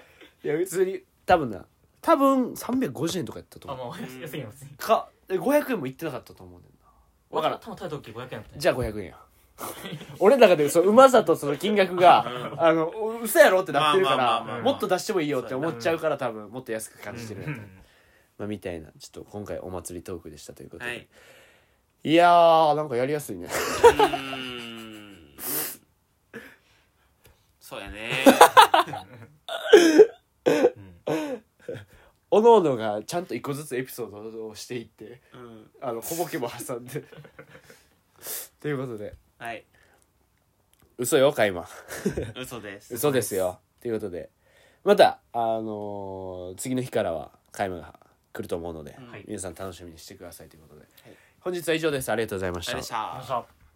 Speaker 1: いや普通に多分な多分350円とかやったと
Speaker 4: あ
Speaker 1: 思う
Speaker 4: まあ安い安い安い
Speaker 1: かえ500円もいってなかったと思うねんなわからん
Speaker 4: 多分食べた時500円だったね
Speaker 1: じゃあ500円や俺の中でそううまさとその金額があのう嘘やろってなってるか
Speaker 2: まあまあまあま
Speaker 1: ら
Speaker 2: あ
Speaker 1: もっと出してもいいよって思っちゃうから多分もっと安く感じてるんや
Speaker 4: う
Speaker 1: と
Speaker 4: ん
Speaker 1: まあみたいなちょっと今回お祭りトークでしたということ
Speaker 2: は
Speaker 1: で
Speaker 2: い
Speaker 1: いやーなんかやりやすいね
Speaker 2: うーん そうや ね
Speaker 1: おのおのがちゃんと一個ずつエピソードをしていって
Speaker 2: うん
Speaker 1: あの小ボケも挟ん でということで
Speaker 2: はい
Speaker 1: 嘘よか今
Speaker 2: 嘘です
Speaker 1: 嘘ですよということでまたあのー次の日からはカイマが来ると思うので、
Speaker 2: はい
Speaker 1: 皆さん楽しみにしてくださいということで、本日は以上ですありがとうございまし
Speaker 2: あれ
Speaker 1: た
Speaker 2: でした
Speaker 4: ありがとうございました